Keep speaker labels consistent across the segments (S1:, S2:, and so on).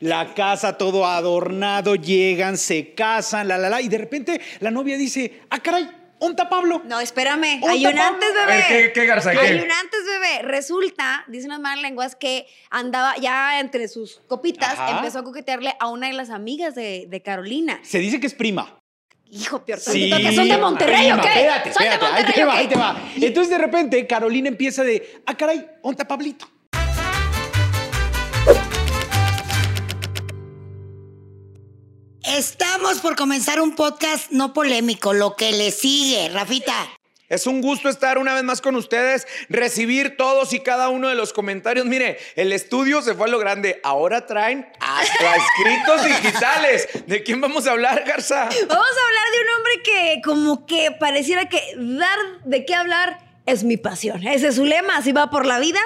S1: La casa todo adornado, llegan, se casan, la la la, y de repente la novia dice, ah, caray, ¿onta Pablo?
S2: No, espérame.
S1: Onta
S2: Hay un
S1: Pablo.
S2: antes,
S3: A ver, ¿qué,
S2: bebé.
S3: qué Garza?
S2: Hay un
S3: ¿Qué?
S2: antes, bebé. Resulta, dicen las malas lenguas, que andaba ya entre sus copitas,
S1: Ajá.
S2: empezó a coquetearle a una de las amigas de, de Carolina.
S1: Se dice que es prima.
S2: Hijo, peor
S1: Sí.
S2: tantito que son de Monterrey, ¿o
S1: Prima,
S2: qué?
S1: Espérate,
S2: son
S1: espérate,
S2: de
S1: ahí
S2: Monterrey,
S1: te va,
S2: ¿o
S1: ahí
S2: qué?
S1: te va. Entonces de repente Carolina empieza de, ah, caray, onta Pablito.
S4: Estamos por comenzar un podcast no polémico, lo que le sigue, Rafita.
S3: Es un gusto estar una vez más con ustedes, recibir todos y cada uno de los comentarios. Mire, el estudio se fue a lo grande. Ahora traen hasta escritos digitales. ¿De quién vamos a hablar, Garza?
S2: Vamos a hablar de un hombre que como que pareciera que dar de qué hablar es mi pasión. Ese es su lema, así va por la vida.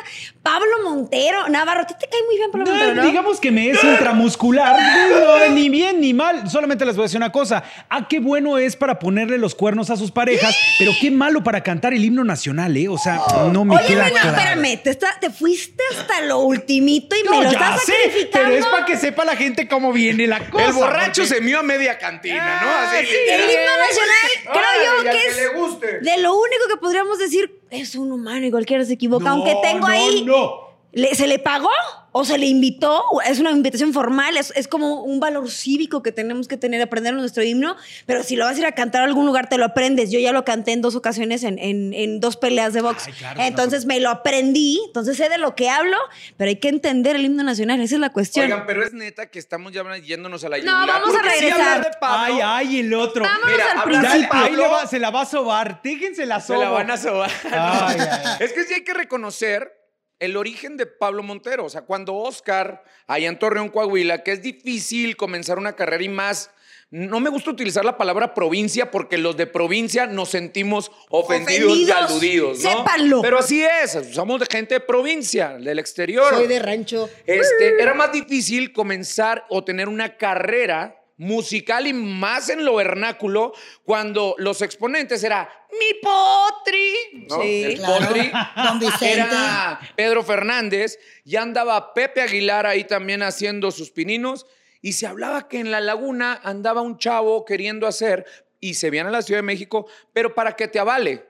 S2: Pablo Montero, Navarro, a ti te cae muy bien Pablo Montero, ¿no?
S1: Digamos que me es intramuscular, no, ni bien ni mal. Solamente les voy a decir una cosa. Ah, qué bueno es para ponerle los cuernos a sus parejas, pero qué malo para cantar el himno nacional, ¿eh? O sea, no me
S2: Oye,
S1: queda
S2: bueno,
S1: claro.
S2: espérame, te, está- te fuiste hasta lo ultimito y me
S1: No,
S2: lo
S1: ya
S2: estás
S1: sé,
S2: sacrificando.
S1: pero es para que sepa la gente cómo viene la cosa.
S3: El borracho
S1: porque-
S3: se mió a media cantina, ¿no?
S1: Ah,
S3: Así.
S1: sí.
S2: El himno nacional,
S3: Órale,
S2: creo
S3: y
S2: yo
S3: al
S2: que
S3: que
S2: es
S3: le guste.
S2: de lo único que podríamos decir, es un humano y cualquiera se equivoca,
S1: No,
S2: aunque
S1: no,
S2: tengo ahí...
S1: no.
S2: ¿Le- ¿Se le pagó o se le invitó? ¿O Es una invitación formal, es, es como un valor cívico que tenemos que tener, aprender nuestro himno, pero si lo vas a ir a cantar a algún lugar, te lo aprendes. Yo ya lo canté en dos ocasiones en, en- en dos peleas de box.
S1: Ay, claro,
S2: entonces me lo aprendí, entonces sé de lo que hablo, pero hay que entender el himno nacional, esa es la cuestión.
S3: Oigan, pues, pero es neta que estamos ya yéndonos a la
S2: No,
S3: yugular,
S2: vamos a
S3: porque sí
S2: regresar.
S3: hablar de Pablo,
S1: Ay, ay, el otro.
S2: Vámonos
S3: Mira,
S2: al
S3: hablar de
S2: principio.
S1: Ahí
S3: Pablo.
S1: le va- Ah. se la va a sobar. Déjense la
S3: Se
S1: soba.
S3: la van a sobar.
S1: Ay, ay, ay.
S3: Es que sí hay que reconocer el origen de Pablo Montero. O sea, cuando Oscar, allá en Torreón, Coahuila, que es difícil comenzar una carrera y más. No me gusta utilizar la palabra provincia porque los de provincia nos sentimos ofendidos, y
S2: Ofendidos.
S3: aludidos, ¿no?
S2: Sépanlo.
S3: Pero así es, somos de gente de provincia, del exterior.
S4: rancho.
S3: Este, era más difícil comenzar o tener una carrera musical y más en lo vernáculo cuando los exponentes era mi potri, ¿no?
S2: Sí.
S3: el
S4: Claro.
S3: potri
S4: Don Vicente.
S3: Ah, era Pedro Fernández, ya andaba Pepe Aguilar ahí también haciendo sus pininos y se hablaba que en la laguna andaba un chavo queriendo hacer y se viene a la Ciudad de México, pero para que te avale,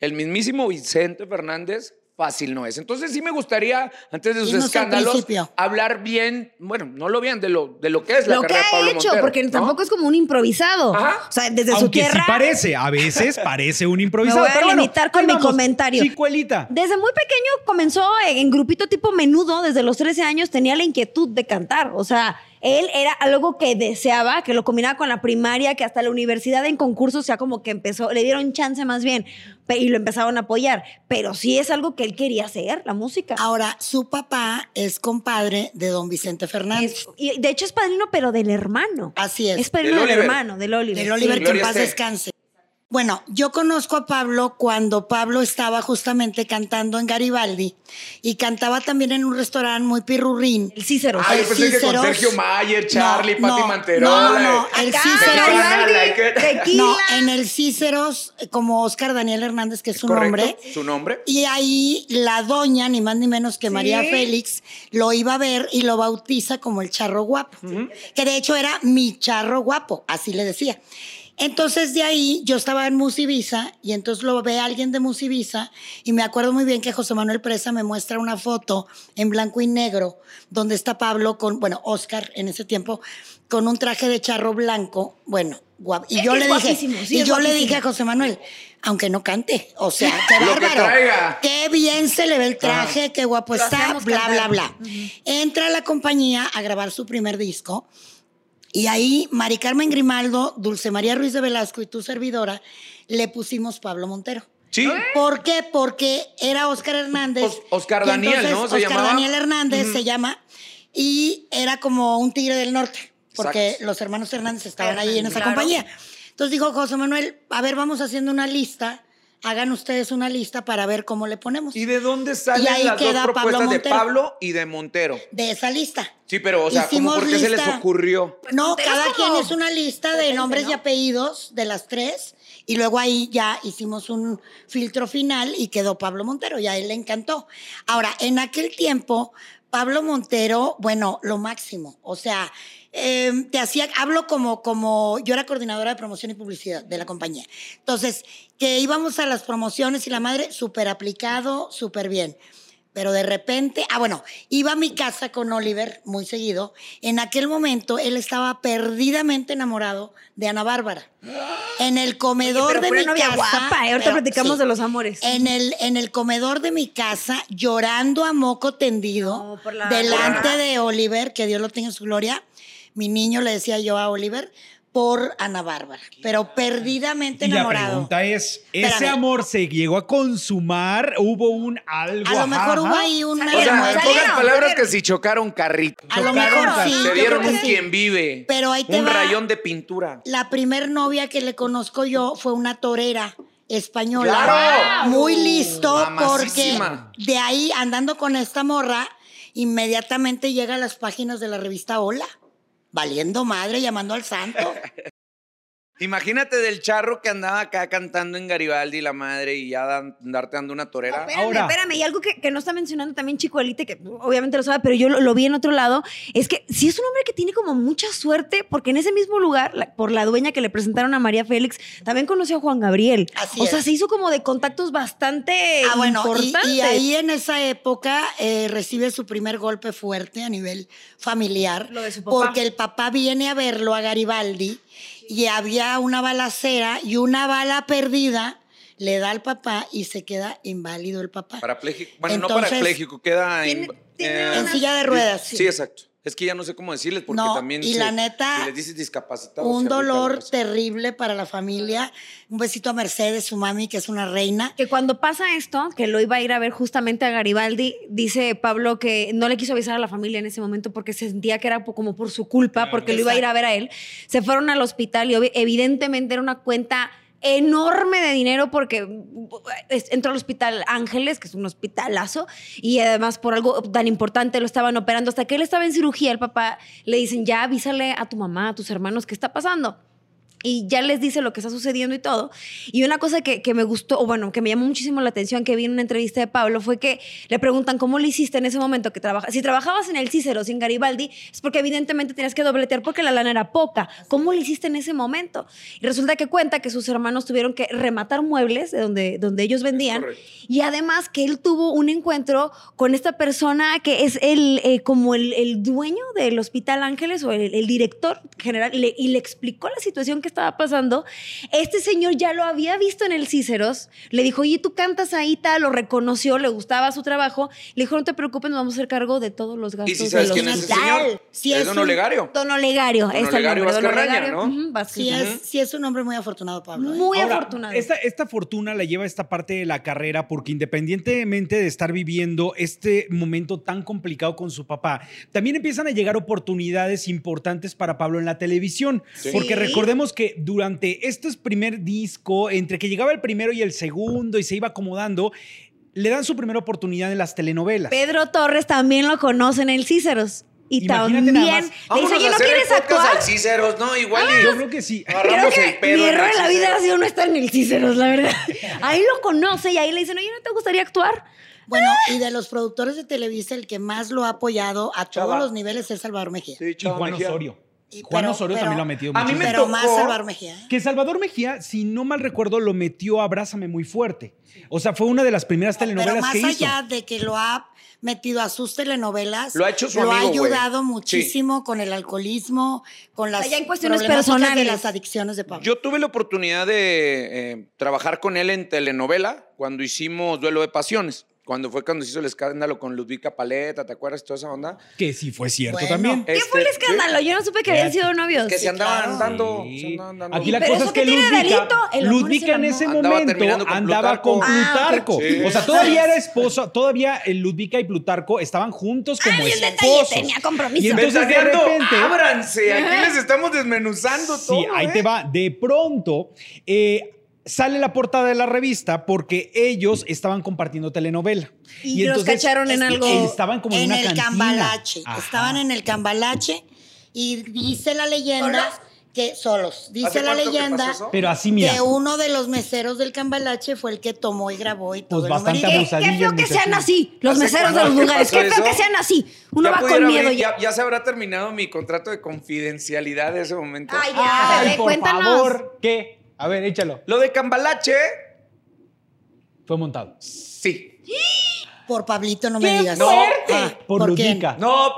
S3: el mismísimo Vicente Fernández fácil no es. Entonces sí me gustaría, antes de sus
S4: Dinos al
S3: escándalos,
S4: principio.
S3: hablar bien, bueno, no lo bien, de lo, de lo que es la
S2: lo que
S3: carrera de
S2: ha
S3: Pablo
S2: hecho,
S3: Montero,
S2: porque
S3: ¿no?
S2: tampoco es como un improvisado.
S3: Ajá.
S2: O sea, desde su
S1: Aunque
S2: tierra.
S1: sí parece, a veces parece un improvisado.
S2: Me voy a
S1: pero bueno,
S2: limitar con
S1: ahí
S2: mi
S1: vamos.
S2: comentario.
S1: Chicuelita.
S2: Desde muy pequeño comenzó en grupito tipo menudo, desde los 13 años tenía la inquietud de cantar, o sea, él era algo que deseaba, que lo combinaba con la primaria, que hasta la universidad en concursos ya como que empezó, le dieron chance más bien pe- y lo empezaron a apoyar, pero sí es algo que él quería hacer, la música.
S4: Ahora, su papá es compadre de don Vicente Fernández.
S2: Es- y de hecho es padrino, pero del hermano.
S4: Así
S2: Es
S4: es.
S2: padrino
S3: Del
S2: del,
S3: Oliver.
S2: hermano, del Oliver.
S4: Del Oliver,
S2: sí.
S4: que en
S3: Gloria
S4: paz
S3: esté.
S4: descanse. Bueno, yo conozco a Pablo cuando Pablo estaba justamente cantando en Garibaldi y cantaba también en un restaurante muy pirurrín.
S2: El Cícero.
S3: Ay, yo
S4: El
S3: pensé que con
S4: Cíceros.
S3: Sergio Mayer, Charlie,
S4: No,
S3: Patti
S4: no,
S3: Manterola.
S4: no, no,
S3: eh.
S4: el
S2: Acá,
S4: Cíceros.
S2: Garibaldi,
S3: Like it.
S2: tequila.
S4: No, en el Cíceros, eh, como Oscar Daniel Hernández, que es su
S3: Correcto,
S4: nombre,
S3: Su nombre.
S4: Y ahí la doña, ni más ni menos que María
S2: Sí.
S4: Félix, lo iba a ver y lo bautiza como el charro guapo. Que de hecho era mi charro guapo, así le decía. Entonces de ahí yo estaba en Musivisa y entonces lo ve alguien de Musivisa y me acuerdo muy bien que José Manuel Presa me muestra una foto en blanco y negro donde está Pablo con, bueno, Oscar en ese tiempo, con un traje de charro blanco, bueno, guapo. Y
S2: Es
S4: yo
S2: que es
S4: le dije,
S2: guapísimo, sí,
S4: y
S2: es
S4: yo le
S2: guapísimo.
S4: dije a José Manuel, aunque no cante, o sea, qué
S3: Lo que
S4: bárbaro.
S3: traiga.
S4: Qué bien se le ve el traje, qué guapo
S2: Lo
S4: está,
S2: hacemos
S4: bla, bla,
S2: cantar.
S4: bla. Entra a la compañía a grabar su primer disco. Y ahí Mari Carmen Grimaldo, Dulce María Ruiz de Velasco y tu servidora le pusimos Pablo Montero.
S3: Sí.
S4: ¿Por qué? Porque era Oscar Hernández.
S3: Os- Oscar
S4: Y
S3: Daniel,
S4: entonces
S3: ¿no? Se
S4: Oscar
S3: llamaba.
S4: Daniel Hernández se llama. Y era como un tigre del norte, porque
S3: Exacto.
S4: los hermanos Hernández estaban ahí en esa
S2: Claro.
S4: compañía. Entonces dijo José Manuel, a ver, vamos haciendo una lista. Hagan ustedes una lista para ver cómo le ponemos.
S3: ¿Y de dónde salen
S4: Y ahí
S3: las dos
S4: queda Pablo
S3: propuestas de
S4: Montero.
S3: Pablo y de Montero?
S4: de esa lista.
S3: Sí, pero, o sea, ¿cómo
S4: Hicimos
S3: ¿por qué se les
S4: lista.
S3: ocurrió?
S4: No,
S2: Montero es
S4: cada
S2: como
S4: quien es una lista de
S2: potente,
S4: nombres y
S2: ¿no?
S4: apellidos de las tres. Y luego ahí ya hicimos un filtro final y quedó Pablo Montero y a él le encantó. Ahora, en aquel tiempo, Pablo Montero, bueno, lo máximo. O sea, eh, te hacía, hablo como, como, yo era coordinadora de promoción y publicidad de la compañía. Entonces, que íbamos a las promociones y la madre, súper aplicado, súper bien. Pero de repente, ah, bueno, iba a mi casa con Oliver muy seguido. En aquel momento él estaba perdidamente enamorado de Ana Bárbara. En el comedor
S2: Pero
S4: de
S2: fue
S4: mi
S2: una novia
S4: casa.
S2: guapa, ¿eh? Ahorita
S4: pero-
S2: platicamos
S4: sí.
S2: de los amores.
S4: En el, en el comedor de mi casa, llorando a moco tendido,
S2: No, Oh, por la-
S4: delante
S2: por la-
S4: de Oliver, que Dios lo tenga en su gloria, mi niño le decía yo a Oliver, por Ana Bárbara, pero perdidamente
S1: Y la
S4: enamorado.
S1: pregunta es, ¿ese
S4: Espérame.
S1: amor se llegó a consumar? ¿Hubo un algo?
S4: A lo
S1: ajá,
S4: mejor hubo
S1: ajá?
S4: ahí una
S3: O sea, en
S2: Salieron,
S3: pocas
S2: salieron.
S3: palabras que si chocaron carrito.
S4: A lo
S1: Chocaron,
S4: mejor
S1: o sea,
S4: Ah, sí.
S3: Te
S4: yo
S3: dieron
S4: creo que
S3: un
S4: sí.
S3: quien vive.
S4: Pero ahí te
S3: Un
S4: va.
S3: rayón de pintura.
S4: La primer novia que le conozco yo fue una torera española.
S3: ¡Claro!
S4: Muy listo porque
S3: Mamacísima.
S4: de ahí andando con esta morra, inmediatamente llega a las páginas de la revista Hola. Valiendo madre, llamando al santo.
S3: Imagínate del charro que andaba acá cantando en Garibaldi la madre y ya dan- andarte dando una torera.
S2: Espérame,
S1: Ahora.
S2: espérame. Y algo que, que no está mencionando también Chico Elite, que obviamente lo sabe, pero yo lo, lo vi en otro lado, es que si es un hombre que tiene como mucha suerte, porque en ese mismo lugar, la- por la dueña que le presentaron a María Félix, también conoció a Juan Gabriel.
S4: Así
S2: o sea,
S4: es.
S2: se hizo como de contactos bastante
S4: Ah, bueno, y-
S2: importantes.
S4: y, ahí en esa época eh, recibe su primer golpe fuerte a nivel familiar.
S2: Lo de su papá.
S4: Porque el papá viene a verlo a Garibaldi y había una balacera y una bala perdida le da al papá y se queda inválido el papá.
S3: Parapléjico. Bueno, no
S4: Entonces,
S3: parapléjico, queda en, eh,
S2: tiene- tiene
S4: en silla de ruedas.
S3: Sí, exacto. Es que ya no sé cómo decirles porque
S4: No,
S3: también.
S4: y
S3: se-
S4: la neta,
S3: si les dices discapacitado. se agüitan,
S4: Un dolor
S3: no sé.
S4: terrible para la familia. Un besito a Mercedes, su mami, que es una reina.
S2: Que cuando pasa esto, que lo iba a ir a ver justamente a Garibaldi, dice Pablo que no le quiso avisar a la familia en ese momento porque sentía que era po- como por su culpa, porque lo iba a ir a ver a él. Se fueron al hospital y obvi- evidentemente era una cuenta enorme de dinero porque mm, es- entró al hospital Ángeles, que es un hospitalazo, y además por algo tan importante lo estaban operando. Hasta que él estaba en cirugía, el papá le dicen, ya avísale a tu mamá, a tus hermanos, qué está pasando y ya les dice lo que está sucediendo y todo. Y una cosa que, que me gustó, o bueno, que me llamó muchísimo la atención que vi en una entrevista de Pablo fue que le preguntan cómo le hiciste en ese momento que trabajas. Si trabajabas en el Cícero, sin Garibaldi, es porque evidentemente tenías que dobletear porque la lana era poca. ¿Cómo le hiciste en ese momento? Y resulta que cuenta que sus hermanos tuvieron que rematar muebles de donde, donde ellos vendían.
S3: correcto.
S2: Y además que él tuvo un encuentro con esta persona que es el, eh, como el, el dueño del Hospital Ángeles o el, el director general y le, y le explicó la situación que estaba pasando. Este señor ya lo había visto en el Cíceros, le dijo, oye, tú cantas ahí, tal, lo reconoció, le gustaba su trabajo, le dijo, no te preocupes, nos vamos a hacer cargo de todos los gastos
S3: ¿Y si
S2: del
S3: sabes quién es ese
S2: hospital".
S3: señor?
S4: Sí,
S3: es
S4: es
S3: Don
S4: un-
S3: Olegario.
S2: Don Olegario,
S3: Don
S2: es el
S3: Olegario
S2: nombre, Don
S3: Vázquez Raña,
S2: Olegario,
S3: ¿no?
S2: ujú, Vázquez
S4: Sí
S2: Raña.
S4: es, sí es un hombre muy afortunado, Pablo. ¿eh?
S2: Muy
S1: Ahora,
S2: afortunado.
S1: Esta, esta fortuna la lleva esta parte de la carrera porque independientemente de estar viviendo este momento tan complicado con su papá, también empiezan a llegar oportunidades importantes para Pablo en la televisión.
S3: Sí.
S1: Porque
S2: Sí.
S1: recordemos que durante este primer disco, entre que llegaba el primero y el segundo y se iba acomodando, le dan su primera oportunidad en las telenovelas.
S2: Pedro Torres también lo conoce en el Cíceros. Y
S1: Imagínate
S2: también
S1: nada
S2: le
S1: más.
S2: dice,
S3: Vamos
S2: oye, ¿no
S3: hacer el
S2: quieres
S3: podcast
S2: actuar?
S3: al Cíceros, ¿no? Igual y-
S1: Yo creo que sí.
S2: Creo
S3: agarramos el
S2: que
S3: pedo
S2: mi
S3: en
S2: error en la vida ha
S3: Cíceros.
S2: sido no estar en el Cíceros, la verdad. Ahí lo conoce y ahí le dicen, oye, ¿no te gustaría actuar?
S4: Bueno, y de los productores de Televisa, el que más lo ha apoyado a todos
S3: Chava.
S4: los niveles es Salvador Mejía.
S3: Sí,
S1: Y
S3: Chava
S1: Juan
S3: Mejía.
S1: Osorio.
S4: Y-
S1: Juan
S4: pero-
S1: Osorio
S4: pero-
S1: también lo ha metido
S3: a mí
S1: mucho.
S3: me
S4: Pero más
S3: tocó-
S4: Salvador Mejía. ¿eh?
S1: Que Salvador Mejía, si no mal recuerdo, lo metió a Abrázame muy fuerte. O sea, fue una de las primeras
S4: Pero
S1: telenovelas
S4: más
S1: que hizo.
S4: allá de que lo ha metido a sus telenovelas,
S3: Lo ha hecho su amigo, güey.
S4: ayudado
S3: Sí.
S4: muchísimo con el alcoholismo, con las
S2: ya en cuestiones
S4: problemáticas de
S2: personales.
S4: las adicciones de Pablo.
S3: Yo tuve la oportunidad de eh, trabajar con él en telenovela cuando hicimos Duelo de Pasiones. Cuando fue cuando se hizo el escándalo con Ludvica Paleta, ¿te acuerdas toda esa onda?
S1: Que sí fue cierto
S4: Bueno.
S1: también.
S2: ¿Qué fue el
S3: Este,
S2: escándalo? Yo no supe que habían sido
S3: sí,
S2: novios.
S3: Que se andaban
S4: claro.
S3: andando.
S1: Sí.
S3: se andaban andando.
S1: Aquí la
S2: Pero
S1: cosa
S2: ¿eso
S1: es
S2: qué
S1: que
S2: tiene de
S1: Ludvica,
S2: delito? El amor
S1: Ludvica
S2: es
S1: en
S2: el
S1: ese
S2: amor.
S3: Andaba terminando
S1: momento
S3: con
S1: andaba con
S3: Plutarco.
S1: Plutarco.
S3: Ah, ok.
S1: O sea, todavía era esposo, todavía eh, Ludvica y Plutarco estaban juntos como
S2: Ah, bien detalle,
S1: esposos.
S2: tenía compromiso.
S1: Y entonces de
S3: Ventaneando,
S1: repente,
S3: ábranse, aquí les estamos desmenuzando todo.
S1: Sí, ahí
S3: ¿eh?
S1: te va. De pronto eh, sale la portada de la revista porque ellos estaban compartiendo telenovela.
S2: Y los cacharon en
S1: es-
S2: algo-
S1: Estaban como en,
S4: en
S1: una
S4: el
S1: cantina.
S4: cambalache.
S1: Ajá.
S4: Estaban en el cambalache y dice la leyenda
S2: ¿Solos?
S4: que solos. Dice
S3: ¿Hace
S4: la
S3: cuánto que
S4: leyenda
S3: pasó eso?
S1: Pero así, mira.
S4: que uno de los meseros del cambalache fue el que tomó y grabó y todo.
S1: Pues
S4: el
S1: bastante
S4: numerito.
S2: Qué,
S1: Abusadillo,
S2: qué feo que
S1: muchachín.
S2: sean así, los
S3: ¿Hace
S2: meseros de
S3: cuándo
S2: los
S3: que
S2: lugares. Qué
S3: pasó
S2: feo que
S3: eso?
S2: sean así. Uno va con
S3: pudiera
S2: miedo
S3: abrir-
S2: ya.
S3: ya. ya se habrá terminado mi contrato de confidencialidad de ese momento.
S2: Ay, ya,
S5: Ay,
S2: bebé,
S5: por
S2: cuéntanos.
S5: favor, ¿qué? A ver, échalo.
S3: Lo de Cambalache,
S5: Fue montado.
S3: sí.
S4: Por Pablito, no me digas.
S5: fuerte!
S4: Ah,
S1: Por,
S4: quién?
S1: Ludica.
S3: No,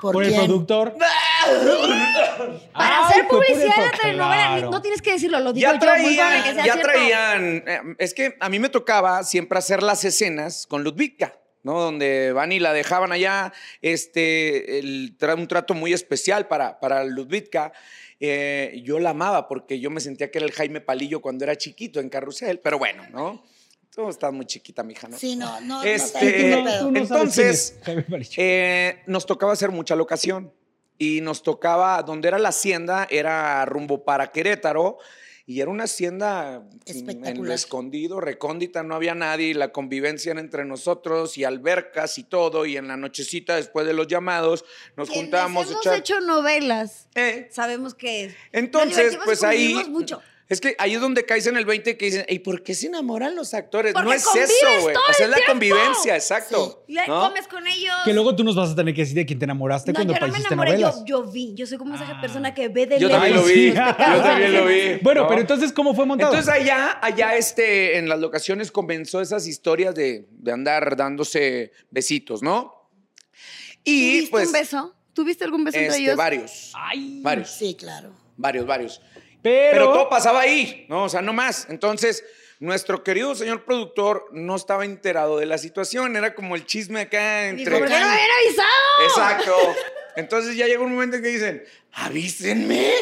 S4: ¿Por,
S5: Por, el
S4: quién?
S5: productor.
S2: Para
S5: Ay,
S3: pues,
S2: hacer
S5: fue por el
S2: publicidad de la
S5: pro-
S2: telenovela, ni-
S5: Claro.
S2: no tienes que decirlo, lo digo
S3: ya
S2: yo. muy probable
S3: traían,
S2: que sea
S3: ya
S2: cierto.
S3: traían. eh, Es que a mí me tocaba siempre hacer las escenas con Ludvika. ¿no? donde van y la dejaban allá, este, el tra- un trato muy especial para, para Ludvika. Eh, yo la amaba porque yo me sentía que era el Jaime Palillo cuando era chiquito en Carrusel, pero bueno, ¿no? Tú estás muy chiquita, mija, ¿no?
S4: Sí, no, no,
S3: Este,
S4: no sé qué
S3: eh,
S4: pedo.
S3: no entonces,
S5: sabes quién es Jaime Palicho.
S3: Eh, nos tocaba hacer mucha locación y nos tocaba, donde era la hacienda, era rumbo para Querétaro y era una hacienda mm, en lo
S4: Espectacular.
S3: escondido, recóndita, no había nadie, y la convivencia era entre nosotros y albercas y todo y en la nochecita después de los llamados nos
S2: Quienes
S3: juntábamos a
S2: hemos
S3: echar-
S2: hecho novelas.
S3: Eh,
S2: Sabemos que Nos
S3: entonces,
S2: divertimos y
S3: pues ahí...
S2: convivimos mucho.
S3: Es que ahí es donde caes en el 20 que dicen, ¿y por qué se enamoran los actores?
S2: Porque
S3: no es
S2: convives
S3: eso, güey.
S2: todo
S3: O sea,
S2: el
S3: es la
S2: tiempo.
S3: convivencia, exacto.
S2: le-
S3: ¿no?
S2: comes con ellos.
S1: Que luego tú nos vas a tener que decir de quién te enamoraste
S2: no,
S1: cuando
S2: yo no me
S1: hiciste
S2: enamoré,
S1: novelas.
S2: yo, yo vi. Yo soy como esa
S1: Ah.
S2: persona que ve de
S3: Yo
S2: lejos.
S3: también lo
S1: Sí.
S3: vi. Yo
S1: pecados
S3: también lo vi.
S5: Bueno,
S3: ¿no?
S5: pero entonces, ¿cómo fue montado?
S3: Entonces allá, allá este, en las locaciones comenzó esas historias de, de andar dándose besitos, ¿no? Y
S2: ¿Tuviste
S3: pues,
S2: un beso? ¿Tuviste algún beso entre
S3: este,
S2: ellos?
S3: varios,
S5: Ay.
S3: varios,
S4: Sí, claro.
S3: varios, varios.
S5: Pero,
S3: Pero todo pasaba ahí, ¿no? O sea, no más. Entonces, nuestro querido señor productor no estaba enterado de la situación, era como el chisme acá entre...
S2: ¿Por qué no me habían avisado?
S3: Exacto. Entonces ya llega un momento en que dicen, avísenme,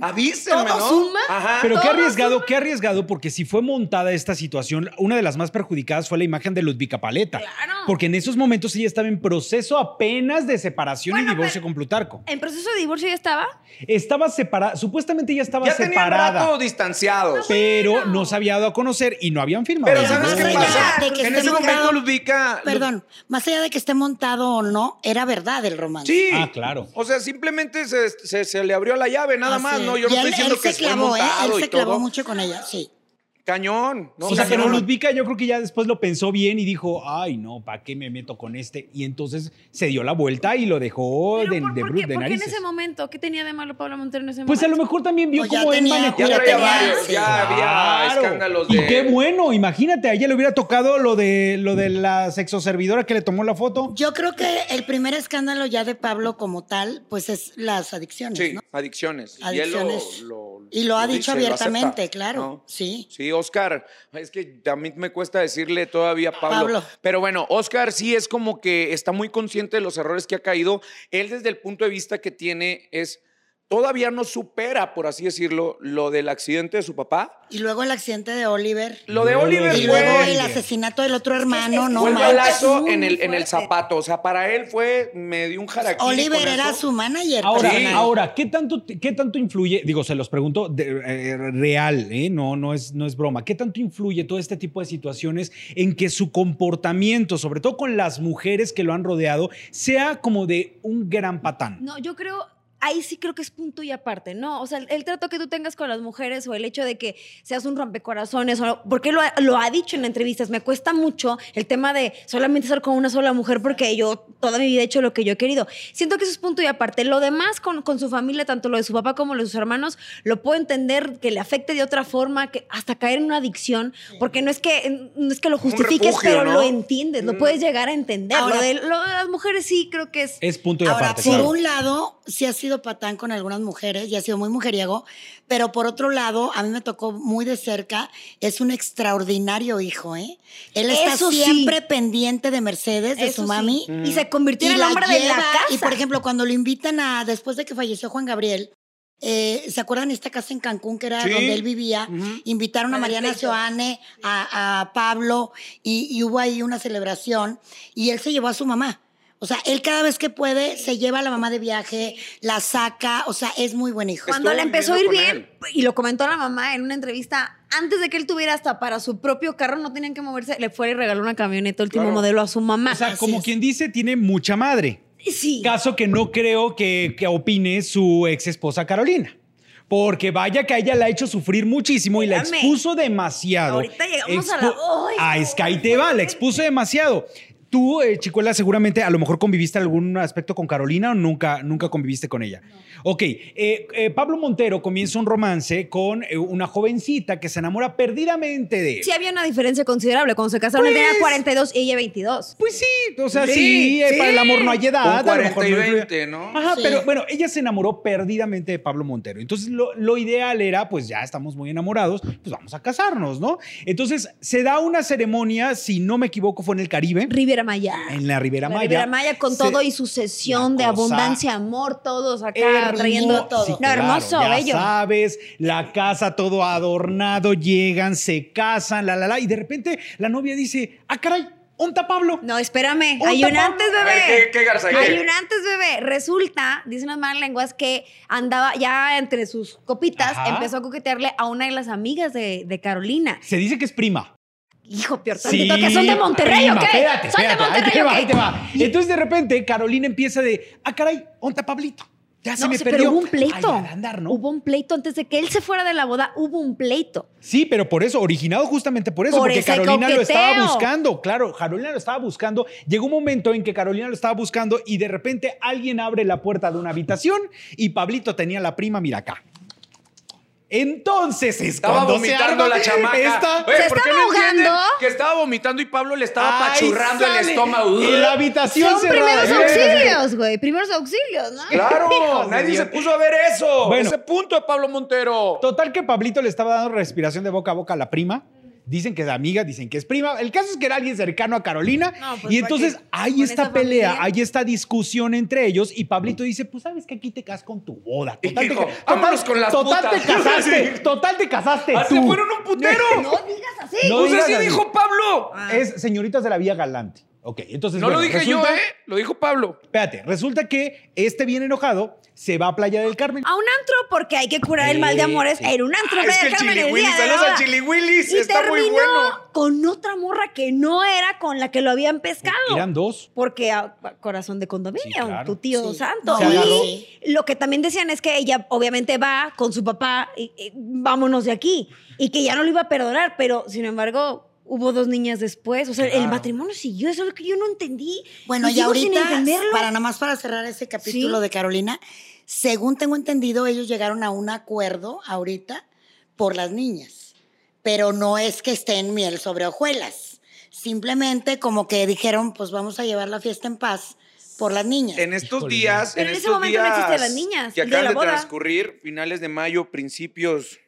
S3: avísenme,
S2: Todo
S3: ¿no?
S2: suma.
S3: Ajá.
S1: Pero qué
S2: Todos
S1: arriesgado, qué arriesgado, porque si fue montada esta situación, una de las más perjudicadas fue la imagen de Ludvika Paleta.
S2: Claro.
S1: Porque en esos momentos ella estaba en proceso apenas de separación
S2: Bueno,
S1: y divorcio
S2: pero-
S1: con Plutarco.
S2: En proceso de divorcio ya estaba.
S1: Estaba separada, supuestamente ya estaba
S3: ya tenían rato
S1: separada,
S3: distanciados.
S1: pero
S2: bueno.
S1: no se había dado a conocer y no habían firmado.
S3: Pero
S1: el
S3: ¿sabes
S4: más
S3: qué
S1: divorcio.
S4: allá
S3: pasa?
S4: de que
S3: en
S4: esté
S3: ese momento
S4: montado-
S3: Ludvika...
S4: Perdón, más allá de que esté montado o no, era verdad el romance.
S3: Sí.
S1: Ah, claro.
S3: O sea, simplemente se, se- se le abrió la llave, nada
S4: Así
S3: más,
S4: es.
S3: ¿no? Yo
S4: Y
S3: no
S4: él-
S3: estoy diciendo
S4: él
S3: que
S4: se
S3: fue
S4: clavó, ¿eh?
S3: montado
S4: Él
S3: y
S4: se clavó
S3: todo.
S4: mucho con ella, sí.
S3: Cañón. ¿no?
S1: o sea,
S4: Sí,
S1: pero
S4: no, no.
S1: Ludvika yo creo que ya después lo pensó bien y dijo, ay, no, ¿para qué me meto con este? Y entonces se dio la vuelta y lo dejó
S2: Pero
S1: Oh, de,
S2: ¿por,
S1: de
S2: por
S1: bru- de
S2: qué, por qué en
S1: narices.
S2: ese momento? ¿Qué tenía de malo Pablo Montero en ese
S1: Pues a lo
S2: momento?
S1: mejor también vio
S4: Pues ya
S1: cómo él
S4: tenía-
S1: manejó
S3: Ya
S1: la
S4: Ya
S3: traía
S4: tenía,
S3: varios,
S4: sí.
S3: ya había
S1: Claro.
S3: escándalos
S1: Y
S3: de...
S1: qué bueno, imagínate, a ella le hubiera tocado lo de lo de la sexoservidora que le tomó la foto.
S4: Yo creo que el primer escándalo ya de Pablo como tal, pues es las adicciones,
S3: Sí,
S4: ¿no?
S3: adicciones.
S4: Adicciones.
S3: Y él lo, lo-
S4: Y lo ha
S3: dice,
S4: dicho
S3: lo
S4: abiertamente,
S3: acepta,
S4: claro,
S3: ¿no?
S4: sí.
S3: Sí, Oscar. Es que a mí me cuesta decirle todavía a Pablo.
S4: Pablo.
S3: Pero bueno, Oscar sí es como que está muy consciente de los errores que ha caído. Él desde el punto de vista que tiene es... Todavía no supera, por así decirlo, lo del accidente de su papá.
S4: Y luego el accidente de Oliver.
S3: Lo de
S1: Luego
S3: Oliver
S1: de-
S4: Y
S1: Pues,
S4: luego
S3: fue...
S1: güey.
S4: el asesinato del otro
S2: es
S4: hermano,
S2: que
S4: no
S3: fue el
S2: manches,
S3: balazo
S2: muy
S3: en el, en
S2: fuerte.
S3: el zapato. O sea, para él fue medio un jaraquí.
S4: Oliver
S3: con
S4: era
S3: eso.
S4: su manager.
S1: Ahora,
S4: personal.
S1: ahora, ¿qué tanto, ¿qué tanto influye? Digo, se los pregunto de- eh, real, ¿eh? No, no es, no es broma. ¿Qué tanto influye todo este tipo de situaciones en que su comportamiento, sobre todo con las mujeres que lo han rodeado, sea como de un gran patán?
S2: No, yo creo, ahí sí creo que es punto y aparte, ¿no? O sea, el, el trato que tú tengas con las mujeres o el hecho de que seas un rompecorazones, o, porque lo, ha- lo ha dicho en entrevistas, me cuesta mucho el tema de solamente estar con una sola mujer porque yo toda mi vida he hecho lo que yo he querido. Siento que eso es punto y aparte. Lo demás con, con su familia, tanto lo de su papá como lo de sus hermanos, lo puedo entender que le afecte de otra forma, que hasta caer en una adicción, porque no es que, no es que lo
S3: Como un
S2: justifiques,
S3: refugio,
S2: pero
S3: ¿no?
S2: lo entiendes, lo
S3: Mm.
S2: puedes llegar a entender.
S4: Ahora-
S2: lo, de, lo de las mujeres sí creo que es...
S1: Es punto y
S4: Ahora,
S1: aparte.
S4: por
S1: claro.
S4: un lado, sí ha sido patán con algunas mujeres y ha sido muy mujeriego, pero por otro lado, a mí me tocó muy de cerca, es un extraordinario hijo, ¿eh? Él está
S2: Eso sí.
S4: siempre pendiente de Mercedes, de
S2: Eso
S4: su
S2: sí.
S4: mami.
S2: Y se convirtió en el hombre de la
S4: lleva,
S2: casa.
S4: Y por ejemplo, cuando lo invitan a, después de que falleció Juan Gabriel, eh, ¿se acuerdan esta casa en Cancún que era
S3: Sí.
S4: donde él vivía? Invitaron a
S2: La del
S4: Mariana
S2: pleito.
S4: Joane, a, a Pablo, y, y hubo ahí una celebración, y él se llevó a su mamá. O sea, él cada vez que puede se lleva a la mamá de viaje, la saca, o sea, es muy buen hijo.
S3: Es-
S2: cuando le
S3: Estuvo
S2: empezó a ir
S3: viviendo
S2: bien,
S3: con
S2: y lo comentó la mamá en una entrevista, antes de que él tuviera hasta para su propio carro, no tenían que moverse, le fue y regaló una camioneta último
S3: Claro.
S2: modelo a su mamá.
S1: o sea,
S4: Así
S1: como
S4: es.
S1: quien dice, tiene mucha madre.
S2: sí.
S1: Caso que no creo que, que opine su ex esposa Carolina. Porque vaya que a ella la ha hecho sufrir muchísimo y la
S2: Espérame.
S1: expuso demasiado. Ah,
S2: Ahorita llegamos a la- ¡Ay,
S1: a
S2: no!
S1: Sky te va, la expuso demasiado. Tú, eh, Chicuela, seguramente a lo mejor conviviste algún aspecto con Carolina o nunca, nunca conviviste con ella. Ok, eh, eh, Pablo Montero comienza un romance con eh, una jovencita que se enamora perdidamente de él.
S2: Sí había una diferencia considerable. Cuando se casaron, él tenía
S1: Pues-
S2: 42 y ella 22.
S1: Pues sí, o sea, sí,
S3: Sí,
S1: eh,
S3: sí.
S1: para el amor no hay edad.
S3: Con
S1: a lo mejor
S3: 40 y
S1: no influye.
S3: 20, ¿no?
S1: Ajá,
S4: Sí.
S1: pero bueno, ella se enamoró perdidamente de Pablo Montero. Entonces, lo, lo ideal era, pues ya estamos muy enamorados, pues vamos a casarnos, ¿no? Entonces, se da una ceremonia, si no me equivoco, fue en el Caribe,
S2: Riviera Maya.
S1: en la Riviera
S2: La
S1: Maya.
S2: Riviera Maya con
S1: Se-
S2: todo y su sesión
S1: Una cosa
S2: de abundancia, amor, todos acá
S1: Hermoso,
S2: trayendo
S4: todo.
S1: sí,
S2: No, hermoso,
S1: ya
S2: bello.
S1: sabes, la casa todo adornado, llegan, se casan, la, la, la, y de repente la novia dice, ah, caray, ¿onta Pablo?
S2: No, espérame.
S1: Un
S2: Hay un
S1: tapón.
S2: antes,
S3: A ver,
S2: bebé.
S3: ¿qué- qué garza, qué?
S2: Hay un antes, bebé. Resulta, dicen las malas lenguas, que andaba ya entre sus copitas,
S1: Ajá.
S2: empezó a coquetearle a una de las amigas de, de Carolina.
S1: Se dice que es prima.
S2: Hijo, peor tantito, que son de Monterrey,
S1: prima,
S2: ¿ok?
S1: Espérate, espérate,
S2: son de
S1: ahí te
S2: Monterrey,
S1: va,
S2: ¿ok?
S1: ahí te va. Entonces de repente Carolina empieza de, ah, caray, ¿onta Pablito? Ya se
S2: No,
S1: me
S2: sí,
S1: perdió.
S2: pero hubo un
S1: Ay,
S2: pleito.
S1: al andar, ¿no?
S2: Hubo un pleito antes de que él se fuera de la boda, hubo un pleito.
S1: Sí, pero por eso, originado justamente por eso,
S2: Por
S1: porque
S2: ese
S1: Carolina lo estaba
S2: coqueteo.
S1: buscando, claro, Carolina lo estaba buscando. Llegó un momento en que Carolina lo estaba buscando y de repente alguien abre la puerta de una habitación y Pablito tenía la prima, mira acá. Entonces es
S3: Estaba
S1: cuando se
S3: vomitando
S1: arma
S3: la chamaca.
S1: esta-
S3: Oye,
S2: Se
S3: ¿por qué
S2: estaba
S3: no entienden
S2: ahogando.
S3: Que estaba vomitando y Pablo le estaba
S1: Ay,
S3: apachurrando el
S1: sale.
S3: estómago.
S1: Y la habitación
S2: Son
S1: cerrada. eh.
S2: primeros auxilios, güey. Primeros auxilios, ¿no?
S3: Claro, nadie se puso a ver eso.
S1: Bueno.
S3: Ese punto de Pablo Montero.
S1: Total que Pablito le estaba dando respiración de boca a boca a la prima. Dicen que es amiga, dicen que es prima. El caso es que era alguien cercano a Carolina.
S2: No, pues,
S1: y
S2: ¿para
S1: entonces
S2: qué?
S1: hay
S2: Con
S1: esta
S2: esa
S1: pelea,
S2: familia.
S1: hay esta discusión entre ellos. Y Pablito dice: Pues sabes que aquí te casas con tu boda. Total,
S3: Hijo,
S1: te, ca-
S3: vámonos con las
S1: total
S3: putas.
S1: te casaste. Total te casaste.
S3: Ah,
S1: tú.
S3: se fueron un putero.
S2: No digas así.
S1: No
S3: pues
S1: digas
S3: así Ah,
S1: así.
S3: dijo Pablo.
S1: Es señoritas de la Vía Galante. Ok, entonces.
S3: No lo
S1: bueno,
S3: dije yo,
S1: resulta-
S3: ¿eh? Lo dijo Pablo.
S1: Espérate, resulta que este bien enojado se va a Playa del Carmen.
S2: A un antro porque hay que curar el mal de amores.
S1: Sí.
S2: Era un antro.
S3: Ah, es que el
S2: déjame
S3: Chili
S2: día
S3: Willy,
S2: de
S3: saludos
S2: la
S3: al
S2: boda.
S3: Chili Willy,
S2: Y
S3: está muy
S2: terminó
S3: bueno.
S2: con otra morra que no era con la que lo habían pescado.
S1: Eran dos.
S2: Porque a- a corazón de condominio,
S1: Sí, claro.
S2: tu tío
S4: Sí.
S2: santo.
S1: Se agarró.
S2: y lo que también decían es que ella obviamente va con su papá, y, y vámonos de aquí, y que ya no lo iba a perdonar, pero sin embargo hubo dos niñas después. O sea, el matrimonio siguió, eso es lo que yo no entendí.
S4: Bueno,
S2: y
S4: y
S2: sigo Pues sin
S4: ahorita,
S2: entenderlo.
S4: para nada más para cerrar ese capítulo
S2: Sí.
S4: de Carolina, según tengo entendido, ellos llegaron a un acuerdo ahorita por las niñas, pero no es que estén miel sobre hojuelas, simplemente como que dijeron, pues vamos a llevar la fiesta en paz por las niñas.
S3: En estos
S1: Híjole.
S3: días.
S2: Pero en ese
S3: estos
S2: momento no existe
S3: días
S2: las niñas,
S3: Que
S2: el día de
S3: acaban
S2: la
S3: de,
S2: boda.
S3: transcurrir, finales de mayo, principios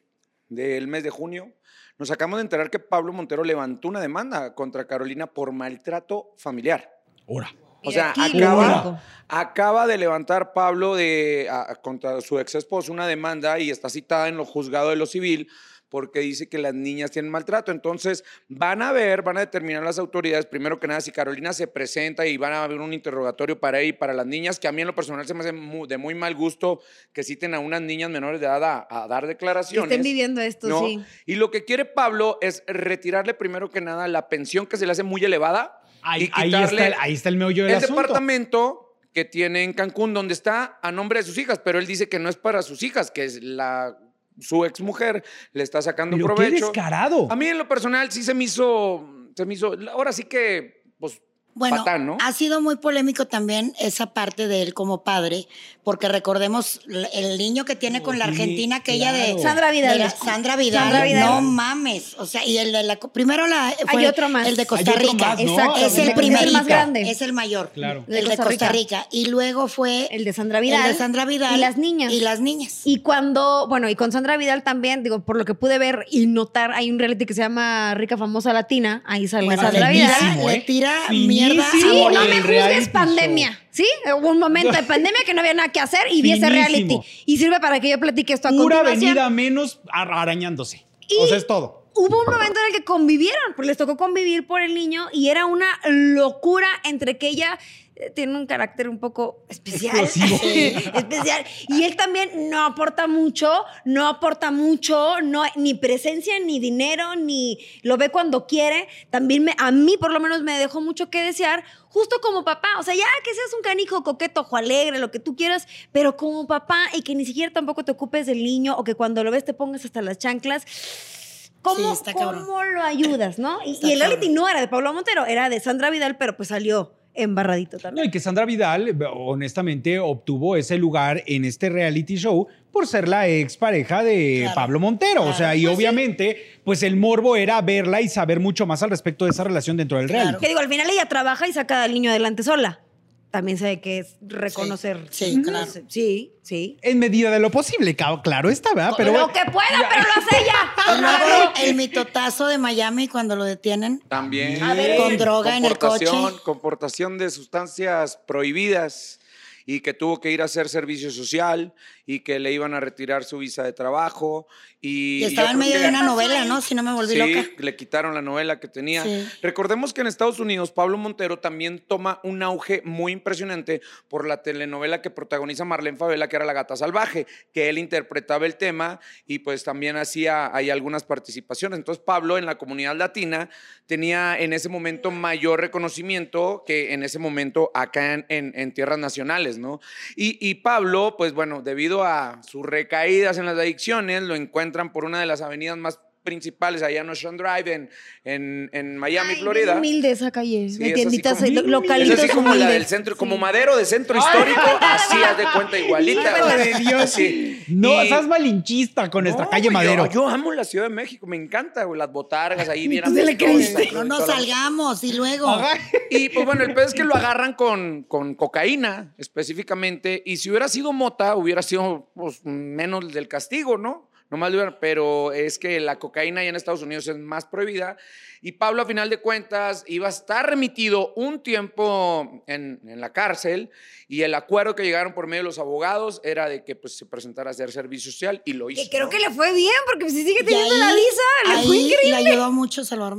S3: del mes de junio. Nos acabamos de enterar que Pablo Montero levantó una demanda contra Carolina por maltrato familiar.
S1: Ahora.
S3: O
S2: Mira,
S3: sea,
S2: aquí
S3: acaba,
S2: México.
S3: acaba de levantar Pablo de, a- a- contra su ex esposo una demanda y está citada en lo juzgado de lo civil porque dice que las niñas tienen maltrato. Entonces, van a ver, van a determinar las autoridades, primero que nada, si Carolina se presenta y van a haber un interrogatorio para ella y para las niñas, que a mí en lo personal se me hace mu- de muy mal gusto que citen a unas niñas menores de edad a, a dar
S2: Que
S3: declaraciones.
S2: estén viviendo esto,
S3: ¿no?
S2: sí.
S3: Y lo que quiere Pablo es retirarle primero que nada la pensión que se le hace muy elevada.
S1: Ahí,
S3: y
S1: ahí
S3: quitarle-
S1: está el, ahí está el meollo del
S3: el
S1: asunto.
S3: departamento que tiene en Cancún, donde está a nombre de sus hijas, pero él dice que no es para sus hijas, que es la su exmujer le está sacando
S1: Pero qué
S3: provecho.
S1: descarado.
S3: A mí en lo personal sí se me hizo, se me hizo, ahora sí que, pues,
S4: Bueno,
S3: patán, ¿no?
S4: ha sido muy polémico también esa parte de él como padre, porque recordemos l- el niño que tiene con la
S1: Oye,
S4: Argentina, aquella
S1: claro.
S4: de
S2: Sandra Vidal.
S4: de la- Sandra Vidal.
S2: Sandra Vidal.
S4: No mames. O sea, y el de la. Primero la. fue
S2: Hay otro más.
S4: El de Costa
S1: Hay otro
S4: Rica.
S1: más, ¿no?
S2: Exacto.
S1: También
S4: Es el
S1: de Costa Rica.
S4: primero.
S2: Es el más grande.
S4: Es el mayor.
S1: Claro.
S4: El de Costa Rica. Y luego fue.
S2: El de Sandra Vidal.
S4: el de Sandra Vidal.
S2: Y las niñas.
S4: Y las niñas.
S2: Y cuando, bueno, y con Sandra Vidal también, digo, por lo que pude ver y notar, hay un reality que se llama Rica Famosa Latina, ahí sale
S4: Bueno,
S2: Sandra
S4: le
S2: Vidal.
S4: tira,
S1: Finísimo,
S4: le
S1: ¿eh?
S4: tira
S1: Finísimo.
S4: mierda. a
S1: Sí,
S2: Sí,
S4: Bono.
S2: no
S1: Ah, el
S2: me
S1: reality
S2: juzgues
S1: show.
S2: pandemia, ¿sí? Hubo un momento de pandemia que no había nada que hacer y vi ese reality.
S1: Finísimo.
S2: Y sirve para que yo platique esto a
S1: Pura
S2: continuación.
S1: avenida menos ar- arañándose.
S2: Y-
S1: o sea, es todo.
S2: Hubo un momento en el que convivieron, porque les tocó convivir por el niño y era una locura entre que ella eh, tiene un carácter un poco especial.
S1: Explosivo.
S2: Sí, especial. Y él también no aporta mucho, no aporta mucho, no, ni presencia, ni dinero, ni lo ve cuando quiere. También me- a mí por lo menos me dejó mucho que desear, justo como papá. O sea, ya que seas un canijo coqueto, ojo alegre, lo que tú quieras, pero como papá y que ni siquiera tampoco te ocupes del niño o que cuando lo ves te pongas hasta las chanclas.
S4: Sí,
S2: ¿Cómo,
S4: está cabrón.
S2: cómo lo ayudas, no? Y,
S4: Está
S2: y el reality
S4: cabrón.
S2: no era de Pablo Montero, era de Sandra Vidal, pero pues salió embarradito
S1: No,
S2: también.
S1: y que Sandra Vidal, eh, honestamente, obtuvo ese lugar en este reality show por ser la expareja de
S4: Claro.
S1: Pablo Montero. O
S4: Claro.
S1: sea, y
S4: Pues sí.
S1: obviamente, pues el morbo era verla y saber mucho más al respecto de esa relación dentro del reality.
S2: Que digo, al final ella trabaja y saca al niño adelante sola. También sabe que es reconocer.
S4: Sí, sí,
S2: Ujú.
S4: claro.
S2: Sí, sí.
S1: En medida de lo posible, ca- claro está, ¿verdad? Ah, Pero
S2: lo
S1: bueno,
S2: que pueda, pero lo hace
S4: Y luego
S2: ella.
S4: el mitotazo de Miami cuando lo detienen.
S3: También.
S2: A ver,
S4: Con droga en el
S3: Comportación-
S4: coche.
S3: Comportación de sustancias prohibidas y que tuvo que ir a hacer servicio social y que le iban a retirar su visa de trabajo. Y,
S4: Y estaba
S3: yo
S4: en
S3: creo
S4: medio
S3: que-
S4: de una novela, ¿no? Si no me volví
S3: Sí,
S4: loca.
S3: le quitaron la novela que tenía.
S4: Sí.
S3: Recordemos que en Estados Unidos Pablo Montero también toma un auge muy impresionante por la telenovela que protagoniza Marlene Favela, que era La Gata Salvaje, que él interpretaba el tema y pues también hacía ahí algunas participaciones. Entonces Pablo en la comunidad latina tenía en ese momento mayor reconocimiento que en ese momento acá en, en- en tierras nacionales, ¿no? Y, y Pablo, pues bueno, debido a sus recaídas en las adicciones, lo encuentran por una de las avenidas más principales allá en Ocean Drive, en, en, en Miami,
S2: Ay,
S3: Florida.
S2: bien humilde esa calle.
S3: Sí,
S2: de
S3: es así
S2: tienditas,
S3: como-
S2: lo-
S3: Es
S2: localitos
S3: así como la del
S2: humildes.
S3: centro, como madero de centro histórico, así haz de cuenta igualita.
S1: Hijo de
S3: güey.
S1: Dios.
S3: Así.
S1: no
S3: Y-
S1: seas malinchista con nuestra
S3: No,
S1: calle
S3: güey,
S1: Madero.
S3: Yo, yo amo la Ciudad de México, me encanta, güey, las botargas ahí bien
S1: Entonces le
S3: apestosas,
S1: creíste.
S3: güey,
S4: No nos
S3: todas las-
S4: salgamos y luego.
S1: Ajá.
S3: Y pues bueno, el pedo es que lo agarran con, con cocaína específicamente. Y si hubiera sido mota, hubiera sido pues, menos del castigo, ¿no? Nomás le hubieran- pero es que la cocaína ya en Estados Unidos es más prohibida. Y Pablo, a final de cuentas, iba a estar remitido un tiempo en, en la cárcel. Y el acuerdo que llegaron por medio de los abogados era de que pues, se presentara a hacer servicio social y lo hizo.
S2: Que creo
S3: ¿no?
S2: que le fue bien, porque pues, si sigue
S4: Y
S2: teniendo la
S4: ahí-
S2: visa, le fue
S4: ahí
S2: increíble.
S4: Le ayudó mucho Salvador.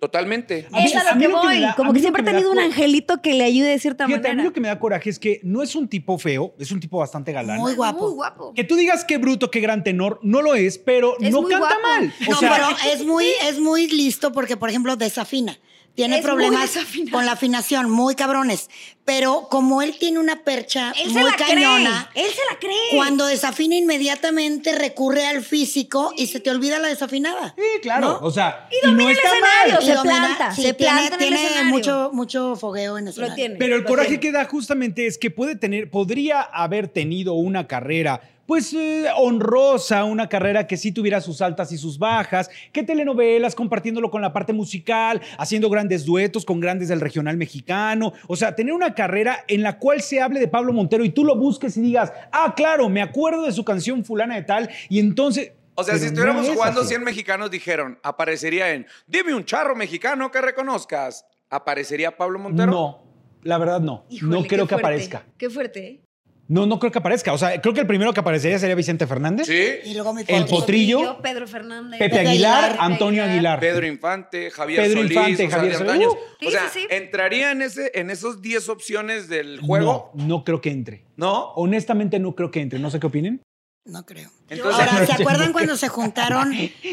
S3: Totalmente.
S1: A mí-
S2: es a
S1: a
S2: lo
S1: mí
S2: que
S1: lo que me
S2: voy.
S1: da- a
S2: como
S1: mí
S2: que
S1: lo
S2: siempre ha
S1: que me da
S2: tenido un
S1: cu-
S2: angelito que le ayude de cierta
S1: Fíjate, a mí
S2: manera.
S1: lo que me da coraje es que no es un tipo feo, es un tipo bastante galán.
S4: Muy guapo.
S2: Muy guapo.
S1: Que tú digas qué bruto, qué gran tenor, no lo es, pero
S2: Es
S1: no
S2: muy
S1: canta
S2: guapo.
S1: mal. O
S4: no,
S1: sea,
S4: pero es muy, es muy listo porque, por ejemplo, desafina. Tiene
S2: Es muy
S4: problemas
S2: desafinado.
S4: con la afinación, muy cabrones. Pero como él tiene una percha
S2: Él se
S4: muy
S2: la
S4: cañona,
S2: cree. Él se la cree.
S4: cuando desafina inmediatamente recurre al físico y se te olvida la desafinada.
S1: sí, claro.
S4: ¿no?
S1: O sea,
S2: Y domina el
S1: está mal.
S2: escenario. Pero
S4: Y
S2: se
S4: domina-
S2: planta,
S4: sí,
S2: se
S4: tiene,
S2: planta en el
S4: tiene
S2: escenario.
S4: mucho, mucho fogueo en eso.
S2: Lo tiene.
S1: Pero el
S2: Lo
S1: coraje
S2: tiene.
S1: que da justamente es que puede tener, podría haber tenido una carrera, pues eh, honrosa, una carrera que sí tuviera sus altas y sus bajas, que telenovelas, compartiéndolo con la parte musical, haciendo grandes duetos con grandes del regional mexicano. O sea, tener una carrera en la cual se hable de Pablo Montero y tú lo busques y digas, ah, claro, me acuerdo de su canción fulana de tal, y entonces.
S3: O sea, si
S1: Pero no
S3: estuviéramos
S1: es
S3: jugando
S1: así.
S3: 100 mexicanos, dijeron, aparecería en Dime un charro mexicano que reconozcas. ¿Aparecería Pablo Montero?
S1: No, la verdad no.
S2: Híjole,
S1: no
S2: qué
S1: creo que
S2: fuerte,
S1: aparezca.
S2: Qué fuerte. ¿eh?
S1: No, no creo que aparezca. O sea, creo que el primero que aparecería sería Vicente Fernández.
S3: Sí.
S4: Y luego mi
S1: El
S4: potrillo.
S1: potrillo,
S2: Pedro Fernández.
S1: Pepe
S4: Pepe
S1: Aguilar,
S4: Aguilar,
S1: Antonio Aguilar.
S3: Pedro Infante, Javier
S1: Pedro
S3: Solís,
S1: Infante,
S3: o sea,
S1: Javier
S3: de
S1: Solís.
S3: antaño.
S1: Uh,
S2: sí,
S3: o sea,
S2: sí, sí.
S3: ¿entraría en, ese, en esos 10 opciones del juego?
S1: No, no creo que entre.
S3: ¿No?
S1: Honestamente no creo que entre. No sé qué opinen.
S4: No creo.
S3: Entonces-
S4: Ahora, ¿se acuerdan cuando se juntaron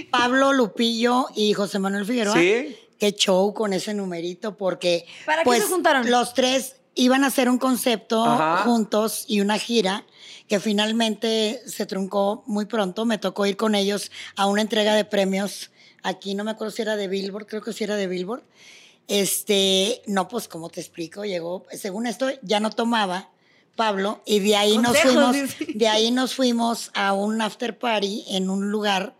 S4: Pablo Lupillo y José Manuel Figueroa?
S3: Sí.
S4: Qué show con ese numerito, porque
S2: ¿Para qué
S4: pues,
S2: se juntaron?
S4: los tres iban a hacer un concepto
S3: Ajá.
S4: juntos y una gira que finalmente se truncó muy pronto. Me tocó ir con ellos a una entrega de premios. Aquí no me acuerdo si era de Billboard, creo que si era de Billboard. Este, no, pues, ¿cómo te explico? Llegó, según esto, ya no tomaba Pablo, y de ahí nos
S2: Consejos,
S4: fuimos,
S2: dice.
S4: de ahí nos fuimos a un after party en un lugar,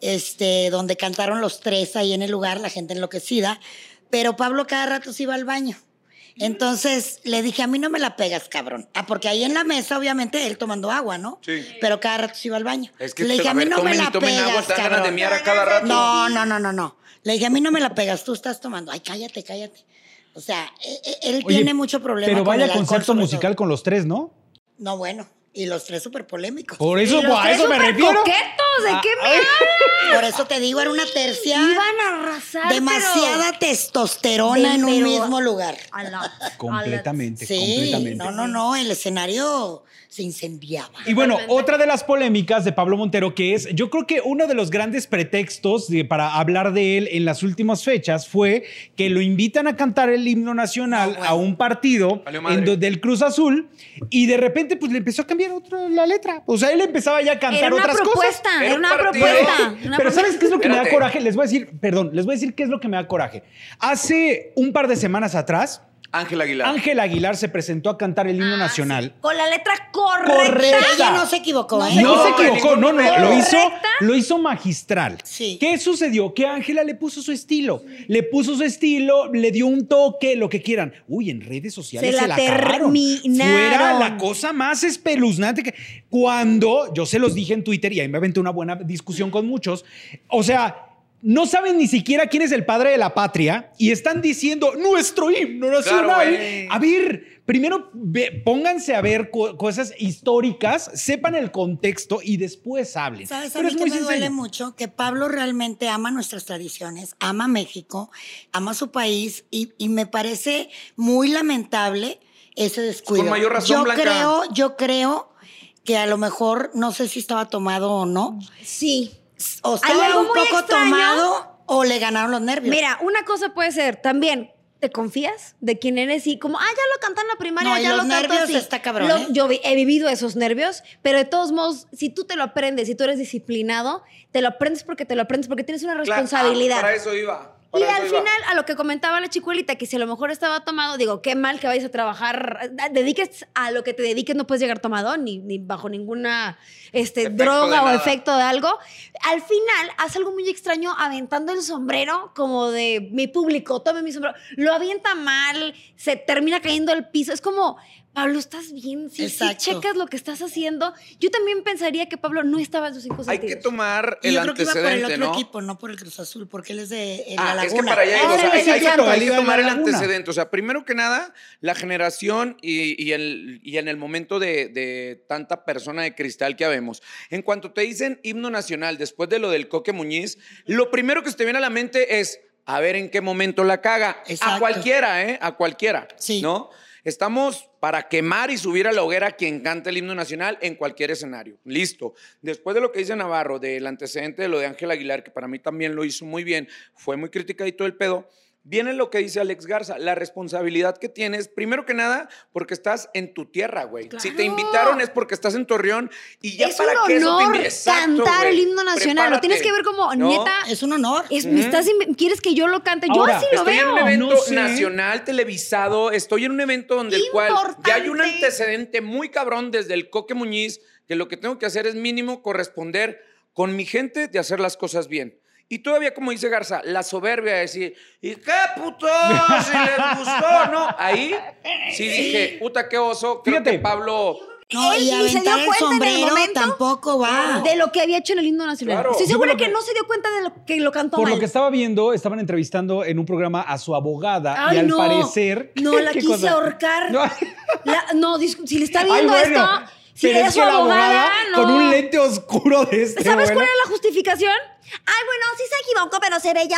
S4: este, donde cantaron los tres ahí en el lugar, la gente enloquecida, pero Pablo cada rato se iba al baño. Entonces le dije, a mí no me la pegas, cabrón. Ah, porque ahí en la mesa, obviamente, él tomando agua, ¿no?
S3: Sí.
S4: Pero cada rato se iba al baño.
S3: Es que
S4: le dije,
S3: a
S4: a mí
S3: ver,
S4: no
S3: tomen
S4: me
S3: y
S4: la
S3: tomen agua,
S4: pegas,
S3: están ganas de
S4: cabrón.
S3: miar a cada rato.
S4: No, no, no, no, no. Le dije, a mí no me la pegas, tú estás tomando. Ay, cállate, cállate. O sea, e- e- él
S1: Oye,
S4: tiene mucho problema.
S1: Pero
S4: con el
S1: vaya
S4: alcohol,
S1: concepto
S4: sobre
S1: musical con los tres, ¿no?
S4: todo. No, bueno. Y los tres súper polémicos.
S1: Por e-, eso,
S2: Y los
S1: a
S2: tres
S1: eso me
S2: súper
S1: refiero. Ah,
S2: coquetos, ¿De qué me hablas?
S4: Por eso te digo, era una tercia.
S2: Iban a arrasar. pero-
S4: Demasiada testosterona
S2: Ven,
S4: en un
S2: pero-
S4: mismo lugar.
S2: A la- a la-
S1: Completamente,
S4: Sí,
S1: completamente.
S4: no, no, no, el escenario se incendiaba.
S1: Y bueno,
S2: Totalmente.
S1: otra de las polémicas de Pablo Montero, que es, yo creo que uno de los grandes pretextos de- para hablar de él en las últimas fechas fue que lo invitan a cantar el himno nacional a un partido
S3: Ah, Valió madre.
S1: en do- del Cruz Azul y de repente pues le empezó a cambiar otra la letra. O sea, él empezaba ya a cantar
S2: Era una
S1: otras cosas.
S2: propuesta,
S3: Era
S2: era
S3: un
S2: una
S3: partido.
S2: propuesta. una
S1: Pero
S2: propuesta.
S1: ¿sabes qué es lo que me da
S3: Espérate.
S1: coraje? Les voy a decir, perdón, les voy a decir qué es lo que me da coraje. Hace un par de semanas atrás,
S3: Ángel Aguilar.
S1: Ángel Aguilar se presentó a cantar el himno
S2: Ah,
S1: nacional.
S2: sí. Con la letra correcta.
S1: Correcta.
S4: Ella no se equivocó, ¿eh?
S1: No,
S3: No,
S1: se
S3: en
S1: equivocó,
S3: ningún
S1: no, no,
S3: momento.
S1: lo hizo,
S2: ¿Correcta?
S1: lo hizo magistral.
S4: Sí.
S1: ¿Qué sucedió? Que Ángela le puso su estilo, le puso su estilo, le dio un toque, lo que quieran. Uy, en redes sociales se,
S2: Se
S1: la
S2: la
S1: cagaron.
S2: terminaron.
S1: Fuera la cosa más espeluznante que cuando yo se los dije en Twitter y ahí me aventé una buena discusión con muchos, o sea, no saben ni siquiera quién es el padre de la patria y están diciendo nuestro himno nacional.
S3: güey.
S1: a ver, primero ve- pónganse a ver co- cosas históricas, sepan el contexto y después hablen.
S4: ¿Sabes a
S1: Pero
S4: mí
S1: es
S4: que
S1: muy
S4: me duele
S1: sencillo.
S4: mucho? Que Pablo realmente ama nuestras tradiciones, ama México, ama su país y, y me parece muy lamentable ese descuido.
S3: Con mayor razón,
S4: yo
S3: Blanca.
S4: creo, yo creo que a lo mejor, no sé si estaba tomado o no,
S2: Sí.
S4: o
S2: Hay
S4: estaba
S2: algo
S4: un
S2: muy
S4: poco
S2: extraño.
S4: tomado o le ganaron los nervios.
S2: Mira, una cosa puede ser también. ¿Te confías de quién eres? Y como, ah, ya lo cantan en la primaria,
S4: No, y
S2: ya
S4: los
S2: lo cantan
S4: nervios
S2: así.
S4: está cabrón, ¿eh?
S2: Yo vi- he vivido esos nervios, pero de todos modos, si tú te lo aprendes, si tú eres disciplinado, te lo aprendes porque te lo aprendes, porque tienes una
S3: Claro,
S2: responsabilidad.
S3: ah, Para eso iba.
S2: Y
S3: para
S2: al
S3: eso iba.
S2: final, a lo que comentaba la chicuelita, que si a lo mejor estaba tomado, digo, qué mal que vayas a trabajar, eh, dediques a lo que te dediques, no puedes llegar tomado, ni, ni bajo ninguna este,
S3: Efecto de
S2: droga o
S3: nada.
S2: efecto de algo. Al final, hace algo muy extraño aventando el sombrero, como de mi público, tome mi sombrero. Lo avienta mal, se termina cayendo al piso. Es como, Pablo, ¿estás bien? Sí, sí,
S4: Exacto.
S2: checas lo que estás haciendo. Yo también pensaría que Pablo no estaba en sus cinco
S3: Hay que
S2: sentidos.
S3: tomar
S4: pues, Y
S3: el
S4: yo creo que iba por el
S3: antecedente,
S4: otro
S3: ¿no?
S4: equipo, no por el Cruz Azul, porque él es de eh,
S3: Ah,
S4: la
S3: es que
S4: Laguna.
S3: para allá
S2: Ah,
S3: iba, o sea,
S2: sí,
S3: hay,
S2: sí,
S3: hay que,
S2: cierto,
S3: hay
S1: él
S3: que
S1: iba de
S3: tomar el
S1: Laguna.
S3: antecedente. O sea, primero que nada, la generación y, y el, y en el momento de, de tanta persona de cristal que habemos. En cuanto te dicen himno nacional, después de lo del Coque Muñiz, lo primero que se te viene a la mente es a ver en qué momento la caga. A
S4: Exacto.
S3: cualquiera, ¿eh? A cualquiera.
S4: Sí.
S3: ¿No? Estamos para quemar y subir a la hoguera a quien canta el himno nacional en cualquier escenario. Listo. Después de lo que dice Navarro, del antecedente de lo de Ángel Aguilar, que para mí también lo hizo muy bien, fue muy criticadito el pedo. Viene lo que dice Alex Garza, la responsabilidad que tienes, primero que nada, porque estás en tu tierra, güey. Si te
S2: Claro.
S3: invitaron es porque estás en Torreón y ya
S2: es
S3: para
S2: un
S3: que eso te
S2: honor
S3: invite- Exacto,
S2: cantar
S3: güey.
S2: el himno nacional. Lo tienes
S3: Prepárate,
S2: que ver como,
S3: ¿no?
S2: neta,
S4: Es un honor.
S2: es- me estás inve- ¿quieres que yo lo cante? Yo
S1: Ahora,
S2: así lo
S3: Estoy en
S2: veo.
S3: un evento
S1: No sé.
S3: nacional televisado, estoy en un evento donde el cual ya hay un
S2: Importante.
S3: antecedente muy cabrón desde el Coque Muñiz, que lo que tengo que hacer es mínimo corresponder con mi gente de hacer las cosas bien. Y todavía, como dice Garza, la soberbia de decir, ¿y qué puto? Si les gustó, ¿no? Ahí sí dije, puta, qué oso. Creo
S1: Fíjate.
S3: que Pablo.
S4: No,
S2: Él
S4: y
S2: ni se dio
S4: aventar el
S2: cuenta en el
S4: sombrero
S2: momento.
S4: tampoco va.
S2: De lo que había hecho en el himno nacional.
S3: Claro.
S2: Estoy
S3: Yo
S2: segura
S1: creo
S2: que,
S1: que-
S2: no se dio cuenta de lo que lo cantó
S1: Por
S2: mal.
S1: lo que estaba viendo, estaban entrevistando en un programa a su abogada
S2: Ay,
S1: y al
S2: no.
S1: parecer.
S2: No, la
S1: ¿Qué
S2: quise
S1: cosa?
S2: ahorcar.
S1: No.
S2: La- no, discu- si le está
S1: Ay,
S2: viendo
S1: bueno,
S2: esto, si
S1: pero
S2: eres
S1: es
S2: su
S1: que la
S2: abogada,
S1: abogada
S2: no.
S1: con un lente oscuro de este
S2: ¿Sabes
S1: vuelo.
S2: cuál era la justificación? Ay, bueno, sí se equivocó, pero se veía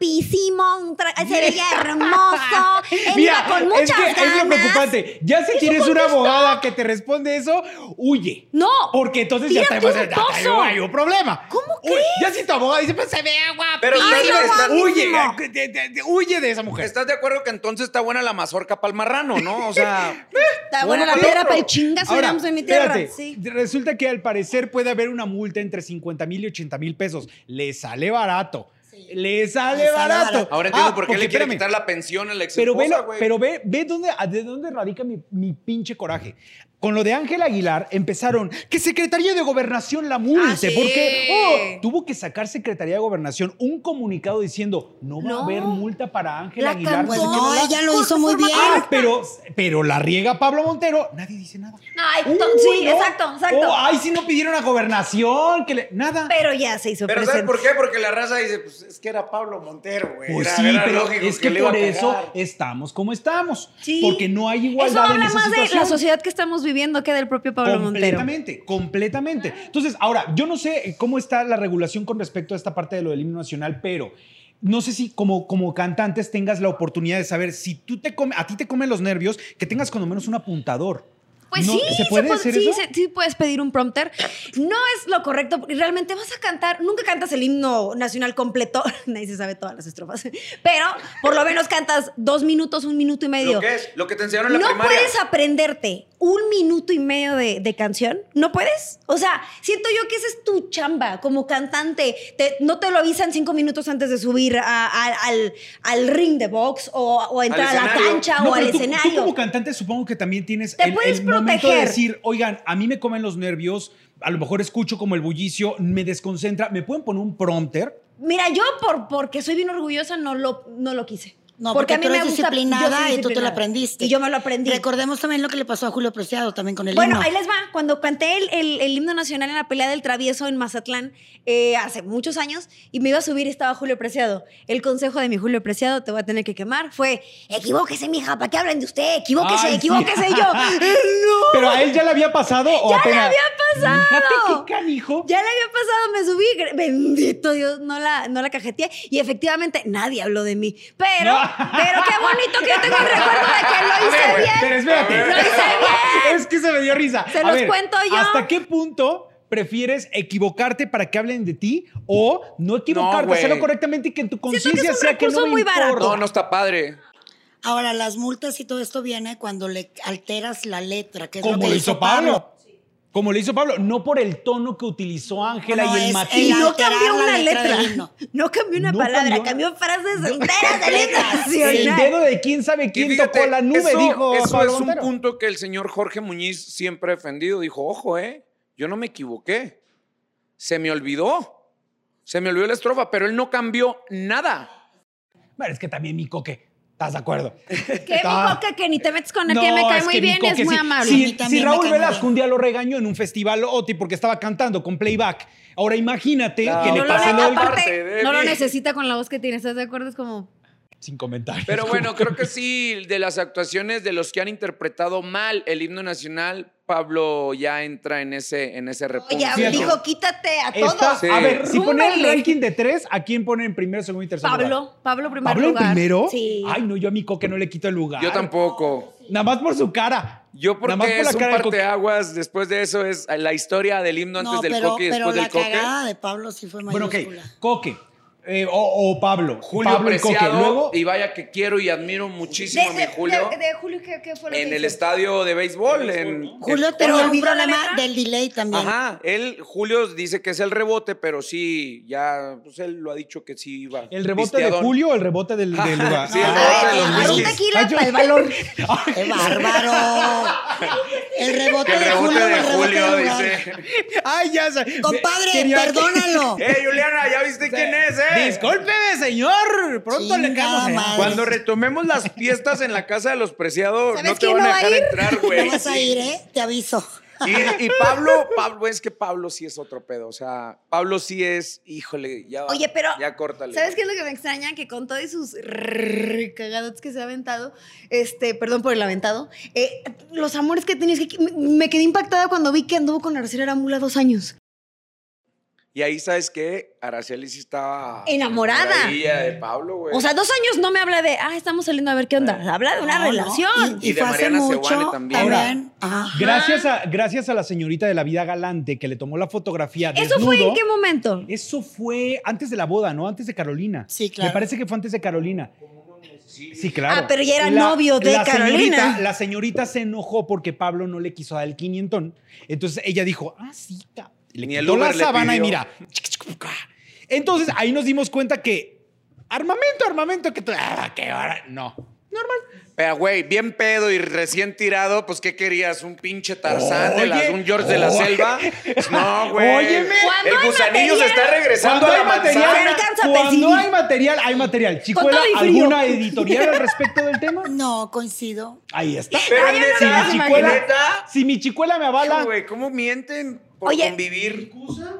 S2: guapísimo, un tra- se veía hermoso, él iba con muchas
S1: es que es lo
S2: ganas.
S1: preocupante. Ya si
S2: Eso
S1: tienes una
S2: contestó.
S1: abogada que te responde eso, huye.
S2: No.
S1: Porque entonces ya
S2: Tírate
S1: tenemos
S2: un
S1: hay,
S2: pozo.
S1: "Ah, hay un problema.
S2: ¿Cómo
S1: Uy, Ya si tu abogada dice, pues se ve guapa.
S3: Pero estás- estás-
S1: huye, de- de- de- huye de esa mujer.
S3: ¿Estás de acuerdo que entonces está buena la mazorca para el marrano, no? O sea.
S2: Está buena Ah, la
S3: Bueno,
S2: piedra para el
S3: pero-
S2: chingazo,
S1: Ahora,
S2: éramos en mi tierra.
S1: espérate,
S2: Sí.
S1: resulta que al parecer puede haber una multa entre 50 mil y 80 mil pesos. Le sale barato. Le sale
S4: Le sale
S1: barato.
S4: barato.
S3: Ahora entiendo
S1: Ah,
S3: por
S1: porque
S3: qué le quiere
S1: espérame,
S3: quitar la pensión a la ex
S1: pero ve, lo-
S3: güey.
S1: pero ve, ve dónde, a- de dónde radica mi, mi pinche coraje. Con lo de Ángel Aguilar empezaron que Secretaría de Gobernación la multe,
S2: Ah, sí.
S1: porque oh, tuvo que sacar Secretaría de Gobernación un comunicado diciendo no va a
S2: No.
S1: haber multa para Ángel
S2: La
S1: Aguilar.
S4: Pues
S2: cantó.
S1: señora".
S4: no,
S2: no,
S4: ella lo
S2: por
S4: hizo
S2: su
S4: muy
S2: forma
S4: bien.
S1: Ah, pero, pero la riega Pablo Montero, nadie dice nada.
S2: Ay, to-
S1: Uy,
S2: sí,
S1: Uh, no.
S2: exacto, exacto.
S1: Oh, ay, si no pidieron a gobernación, que le- nada.
S2: pero ya se hizo
S3: Pero ¿sabes
S2: presente.
S3: por qué? Porque la raza dice, pues es que era Pablo Montero, güey.
S1: pues
S3: Era-
S1: sí,
S3: era
S1: pero
S3: lógico
S1: es que,
S3: le iba a
S1: por eso
S3: cagar.
S1: estamos como estamos.
S2: Sí.
S1: Porque no hay
S2: Eso
S1: igualdad en
S2: habla
S1: esa
S2: más de
S1: situación.
S2: la sociedad que estamos viendo que del propio Pablo Montero. Ah.
S6: completamente, completamente. Entonces, ahora, yo no sé cómo está la regulación con respecto a esta parte de lo del himno nacional, pero no sé si como, como cantantes tengas la oportunidad de saber si tú te come, a ti te comen los nervios, que tengas cuando menos un apuntador.
S2: Pues
S6: No,
S2: sí,
S6: ¿se puede
S2: po-
S6: hacer
S2: sí,
S6: eso?
S2: se- sí puedes pedir un prompter. No es lo correcto, porque realmente vas a cantar, nunca cantas el himno nacional completo, nadie se sabe todas las estrofas, pero por lo menos cantas dos minutos, un minuto y medio.
S3: Lo que es, lo que te enseñaron en la
S2: No
S3: primaria.
S2: puedes aprenderte un minuto y medio de, de canción. No puedes. O sea, siento yo que esa es tu chamba como cantante. Te- no te lo avisan cinco minutos antes de subir a- a- al, al ring de box o, o entrar a la
S3: escenario.
S2: cancha
S6: No,
S2: o al
S6: pero tú-
S2: escenario.
S6: Tú como cantante supongo que también tienes
S2: Te
S6: el,
S2: puedes
S6: el momento de
S2: proteger.
S6: decir, oigan, a mí me comen los nervios, a lo mejor escucho como el bullicio, me desconcentra, ¿me pueden poner un prompter?
S2: Mira, yo por, porque soy bien orgullosa no lo, no lo quise.
S4: No, porque, tú
S2: gusta-
S4: eres
S2: yo soy
S4: disciplinada y tú te lo
S2: disciplinada.
S4: aprendiste.
S2: Y yo me lo aprendí.
S4: Recordemos también lo que le pasó a Julio Preciado también con el
S2: Bueno,
S4: himno.
S2: ahí les va. Cuando canté el, el- el himno nacional en la pelea del travieso en Mazatlán eh, hace muchos años y me iba a subir, estaba Julio Preciado. El consejo de mi Julio Preciado, te voy a tener que quemar, fue: equivóquese, mija, ¿para qué hablan de usted? Equivóquese,
S6: Ay, sí.
S2: equivóquese. Y yo, "Eh, no.
S1: ¿Pero a él ya le había pasado o
S2: ¡Ya le
S1: apenas?
S2: había pasado!
S6: Fíjate qué canijo.
S2: Ya le había pasado, me subí, gr- bendito Dios, no la, no la cajeteé. Y efectivamente nadie habló de mí. Pero,
S1: No.
S2: pero qué bonito que yo tengo el recuerdo de que lo hice
S3: ver,
S2: bien.
S1: Pero espérate.
S2: Lo hice bien.
S1: Es que se me dio risa.
S2: Se
S1: A
S2: los
S1: ver,
S2: cuento yo.
S1: ¿Hasta qué punto prefieres equivocarte para que hablen de ti o no equivocarte,
S3: güey.
S1: hacerlo correctamente y que en tu
S2: que es
S1: conciencia
S2: un
S1: sea que no
S2: recurso
S1: me
S2: muy barato.
S1: importa?
S3: No, no está padre.
S4: Ahora, las multas y todo esto viene cuando le alteras la letra, que es lo
S1: Como
S4: que
S1: lo
S4: hizo
S1: hizo Pablo. Como lo hizo Pablo, no por el tono que utilizó Ángela
S4: No,
S1: y el
S4: es
S1: matiz.
S2: Y no
S4: alterar
S2: cambió
S4: la
S2: una
S4: letra
S2: letra.
S4: del himno.
S2: No cambió una
S1: No
S2: palabra,
S1: cambió.
S2: cambió frases enteras de letra
S1: El
S2: nacional.
S1: dedo de quién sabe
S3: Y
S1: quién
S3: fíjate,
S1: tocó la nube,
S3: eso,
S1: dijo
S3: eso
S1: Pablo
S3: es un
S1: Montero.
S3: punto que el señor Jorge Muñiz siempre ha defendido. Dijo, ojo, eh, yo no me equivoqué. Se me olvidó. Se me olvidó la estrofa, pero él no cambió nada.
S1: Bueno, es que también mi coque, ¿estás de acuerdo?
S2: Que mi coca que ni te metes con él, que me cae
S1: es
S2: muy
S1: que mi
S2: bien y es
S1: coque
S2: muy
S1: sí.
S2: amable.
S1: Sí,
S4: A mí
S1: Si,
S4: también me
S1: Raúl
S4: cae muy
S1: Velasco
S4: bien.
S1: un día lo regañó en un festival Oti porque estaba cantando con playback. Ahora imagínate
S3: Claro.
S1: que
S2: no,
S1: le
S2: lo,
S1: pase
S3: pasó
S2: ne-
S1: lo del-
S3: par-
S2: aparte,
S3: parte de
S2: no lo
S3: mí.
S2: necesita con la voz que tiene, ¿estás de acuerdo? Es como...
S1: Sin comentarios.
S3: Pero bueno, creo que sí, de las actuaciones de los que han interpretado mal el himno nacional, Pablo ya entra en ese, en ese repunte.
S2: Oye,
S1: Fíjate.
S2: dijo, quítate a todos.
S1: Está-
S3: Sí.
S1: A ver, si poner el
S2: Rúmbale.
S1: ranking de tres, ¿a quién ponen en primero, segundo y tercero?
S2: Pablo, Pablo primero.
S1: ¿Pablo en
S2: lugar.
S1: primero?
S2: Sí.
S1: Ay, no, yo a mi coque no le quito el lugar.
S3: Yo tampoco.
S1: Nada más por su cara.
S3: Yo
S1: Nada más
S3: porque
S1: por la
S3: es un
S1: cara de Coque.
S3: parteaguas, después de eso es la historia del himno antes
S4: No,
S3: del
S4: pero,
S3: coque y
S4: pero
S3: después
S4: la
S3: del coque.
S4: cagada de Pablo sí fue
S1: Bueno, ok.
S4: mayúscula.
S1: Coque. eh, o, o Pablo.
S3: Julio
S1: Pablo y Coque.
S3: Preciado,
S1: Luego,
S3: y vaya que quiero y admiro muchísimo a mi
S2: Desde-
S3: Julio
S2: De, de Julio, ¿qué, qué fue lo
S3: en
S2: que
S3: el
S2: hizo?
S3: estadio de béisbol. En,
S4: Julio
S3: en-
S4: tenía un
S2: olvidó la
S4: problema
S2: letra?
S4: del delay también.
S3: Eh, Ajá, él, Julio dice que es el rebote, pero sí, ya, pues él lo ha dicho que sí iba.
S1: ¿el rebote de
S3: pisteadón.
S1: Julio o el rebote del, del lugar?
S3: Sí, el
S4: Ah,
S3: rebote de
S4: ay,
S3: los
S4: ay,
S2: un
S3: whiskies.
S2: tequila. para el valor.
S4: ¡Qué bárbaro! El rebote,
S3: El
S4: de
S3: rebote de
S4: Julio. el rebote de
S3: Julio,
S4: Durán.
S3: dice.
S1: Ay, ya sé. ¿Este
S4: Compadre, perdónalo.
S3: ¡Eh, Juliana, ya viste quién es, eh!
S1: Discúlpeme, señor. Pronto le
S4: Chingada
S1: caemos. en-
S4: madre.
S3: Cuando retomemos las fiestas en la casa de los preciados,
S2: ¿Sabes
S3: no te
S2: quién
S3: van
S2: no
S3: a
S2: va a
S3: dejar
S2: ir?
S3: entrar, güey.
S4: No vas a ir, ¿eh? Te aviso.
S3: Y, y Pablo, Pablo, es que Pablo sí es otro pedo. O sea, Pablo sí es, híjole, ya.
S2: Oye, pero.
S3: Ya córtale.
S2: ¿Sabes qué es lo que me extraña? Que con todos sus rrrr cagadotes que se ha aventado, este, perdón por el aventado, eh, los amores que tenías que. Me, me quedé impactada cuando vi que anduvo con Araceli Arámbula dos años.
S3: Y ahí, ¿sabes qué? Araceli sí estaba.
S2: Enamorada.
S3: enamoradilla de Pablo,
S1: Pues
S3: güey.
S2: O sea, dos años no me habla de, ah, estamos saliendo a ver qué
S1: Eh,
S2: onda. Habla de una
S4: No, no.
S2: relación.
S4: Y, y
S3: Y de
S4: fue hace
S3: Mariana
S4: mucho
S3: Seoane
S4: también.
S3: también.
S4: Ajá.
S1: Gracias a, gracias a la señorita de la vida galante que le tomó la fotografía
S2: ¿Eso fue en
S1: desnudo.
S2: qué momento?
S1: Eso fue antes de la boda, ¿no? Antes de Carolina.
S4: Sí, claro.
S1: Me parece que fue antes de Carolina. Sí, claro.
S2: Ah, pero ya era novio de Carolina.
S1: señorita- la señorita se enojó porque Pablo no le quiso dar el quinientón. Entonces ella dijo, ah, sí, ca-". Y Le
S3: Ni el
S1: quitó la
S3: Uber le
S1: sábana y
S3: pidió.
S1: mira. Entonces ahí nos dimos cuenta que armamento, armamento, que tú, ah, que ahora, no.
S3: Pero, güey, bien pedo y recién tirado, pues, ¿qué querías? ¿Un pinche Tarzán de la-
S1: Oye.
S3: un George de la
S1: Oye.
S3: selva? No, güey.
S1: Óyeme.
S2: Cuando
S3: El
S2: hay
S3: gusanillo se
S2: material-
S3: está regresando
S1: Cuando
S3: a
S1: hay
S3: la manzana.
S1: material,
S2: alcanza a
S1: cuando
S2: percibir.
S1: hay material, hay material. Chicuela,
S2: todo y frío.
S1: ¿alguna editorial al respecto del tema?
S4: No, coincido.
S1: Ahí está.
S3: Pero
S2: Ay, yo no
S3: neta,
S1: Si mi
S2: las
S1: chicuela,
S2: imaginé.
S3: neta,
S1: si mi chicuela me avala,
S3: güey, ¿cómo mienten por
S2: Oye.
S3: convivir?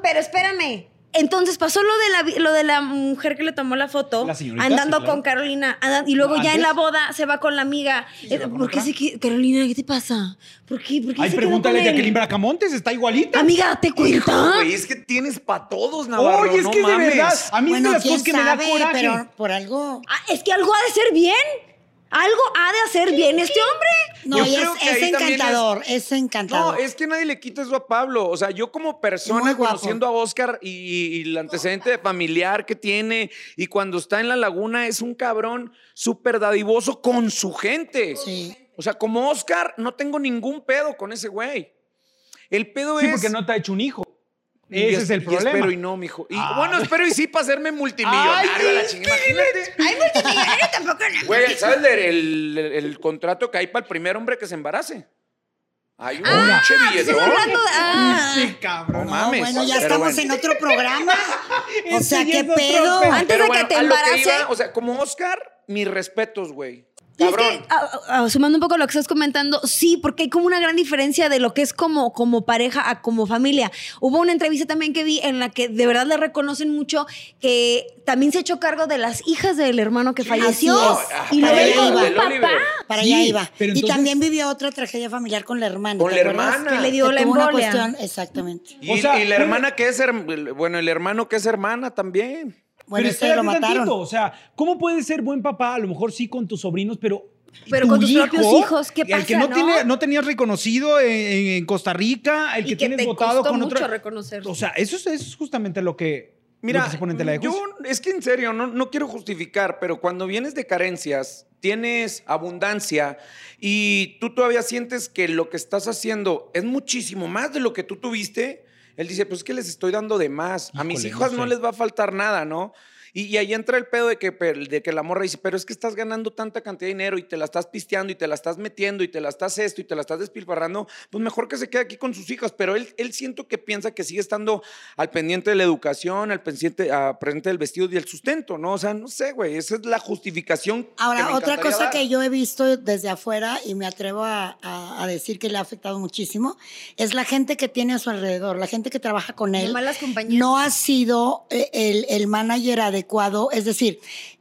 S2: Pero espérame, Entonces pasó lo de la, vi- lo de la mujer que le tomó la foto
S1: La señorita,
S2: andando
S1: sí, claro.
S2: con Carolina andan- y luego
S1: No,
S2: ya en
S1: antes.
S2: la boda se va con la amiga. Eh,
S1: va con
S2: ¿Por qué
S1: otra?
S2: se que- Carolina, ¿qué te pasa? ¿Por qué? ¿Por qué
S1: Ay,
S2: se quedó
S1: pregúntale a
S2: con él?
S1: Jacqueline Bracamontes, está igualita.
S2: Amiga, ¿te cuenta?
S3: Güey, es que tienes para todos, Navarro.
S1: Oye, es
S3: no
S1: que es de
S3: mames.
S1: verdad. A mí
S4: bueno,
S1: es de las
S4: quién
S1: cosas que me da
S4: sabe,
S1: coraje.
S4: pero por algo.
S2: Ah, es que algo ha de ser bien. Algo ha de hacer bien este hombre.
S4: No,
S3: Yo
S4: y es,
S3: creo que
S4: es
S3: ahí también
S4: encantador, es,
S3: No,
S4: encantador.
S3: es que nadie le quita eso a Pablo. O sea, yo como
S4: Muy
S3: persona
S4: guapo.
S3: conociendo a Oscar y, y- y el antecedente familiar que tiene y cuando está en la laguna es un cabrón súper dadivoso con su gente.
S4: Sí.
S3: O sea, como Oscar no tengo ningún pedo con ese güey. El pedo
S1: Sí,
S3: es...
S2: pues,
S1: porque no te ha hecho un hijo.
S3: Y
S1: Ese
S3: es-
S1: es el
S3: y
S1: problema.
S3: espero y no, mijo. Y
S1: Ah.
S3: bueno, espero y sí para hacerme multimillonario
S1: Ay,
S3: a la chingada. Imagínate.
S2: Ay, pues, multimillonario tampoco.
S3: Güey, ¿sabes el, el- el contrato que hay para el primer hombre que se embarace? Hay un
S2: Ah,
S3: pinche
S2: Estás
S3: billetón.
S2: hablando de- ah.
S3: No
S1: cabrón.
S3: mames.
S4: bueno, ya
S3: Pero
S4: estamos
S3: bueno.
S4: en otro programa. o sea,
S1: Ese ya
S4: qué
S1: es otro
S4: pedo. Ah,
S1: pedo.
S2: Antes
S3: Pero
S2: de que
S3: bueno,
S2: te
S3: a lo que
S2: embarace.
S3: iba, o sea, como Oscar, mis respetos, güey.
S2: Y es que,
S3: Cabrón.
S2: a- a- sumando un poco lo que estás comentando, sí, porque hay como una gran diferencia de lo que es como, como pareja a como familia. Hubo una entrevista también que vi en la que de verdad le reconocen mucho que también se echó cargo de las hijas del hermano que falleció.
S4: así
S3: es.
S2: Y lo
S4: Para
S2: ve
S4: allá
S2: como
S4: iba.
S2: un
S3: ah, Del Oliver.
S2: papá.
S4: Para
S1: Sí,
S4: allá iba.
S1: pero entonces-
S4: Y también vivió otra tragedia familiar con la hermana.
S3: Con
S4: ¿te
S3: la
S4: acuerdas?
S3: hermana. Que
S2: le dio
S4: Que
S2: la
S4: tuvo una
S2: embolia.
S4: cuestión- exactamente.
S3: Y,
S1: o sea,
S3: y la
S1: pero-
S3: hermana que es, her- bueno, el hermano que es hermana también.
S4: Bueno,
S1: pero
S4: ese lo
S1: espérate
S4: mataron.
S1: tantito, O sea, ¿cómo puedes ser buen papá? A lo mejor sí con tus sobrinos, pero.
S2: Pero
S1: tu
S2: con tus propios hijos, ¿qué
S1: El que
S2: pasa,
S1: no,
S2: no?
S1: tiene- no tenías reconocido en, en- en Costa Rica, el
S2: Y
S1: que,
S2: que
S1: tienes
S2: te
S1: votado
S2: costó
S1: con
S2: mucho
S1: otro.
S2: reconocerlo.
S1: O sea, eso es, eso es justamente lo que, lo
S3: Mira,
S1: que se pone en tela de
S3: yo
S1: juicio.
S3: es que en serio, no, no quiero justificar, pero cuando vienes de carencias, tienes abundancia y tú todavía sientes que lo que estás haciendo es muchísimo más de lo que tú tuviste, él dice, pues es que les estoy dando de más. a mis
S1: Híjole,
S3: hijas
S1: no
S3: no
S1: sé.
S3: les va a faltar nada, ¿no? Y, y ahí entra el pedo de que, per- de que la morra dice, pero es que estás ganando tanta cantidad de dinero y te la estás pisteando y te la estás metiendo y te la estás esto y te la estás despilfarrando, pues mejor que se quede aquí con sus hijas. Pero él, él siento que piensa que sigue estando al pendiente de la educación, al pendiente, a pendiente del vestido y del sustento, ¿no? O sea, no sé, güey, esa es la justificación. que me
S4: Ahora, otra
S3: encantaría
S4: cosa
S3: dar.
S4: que yo he visto desde afuera y me atrevo a, a- a decir que le ha afectado muchísimo es la gente que tiene a su alrededor, la gente que trabaja con él.
S2: malas compañías.
S4: No ha sido eh, el, el manager adecuado, es decir,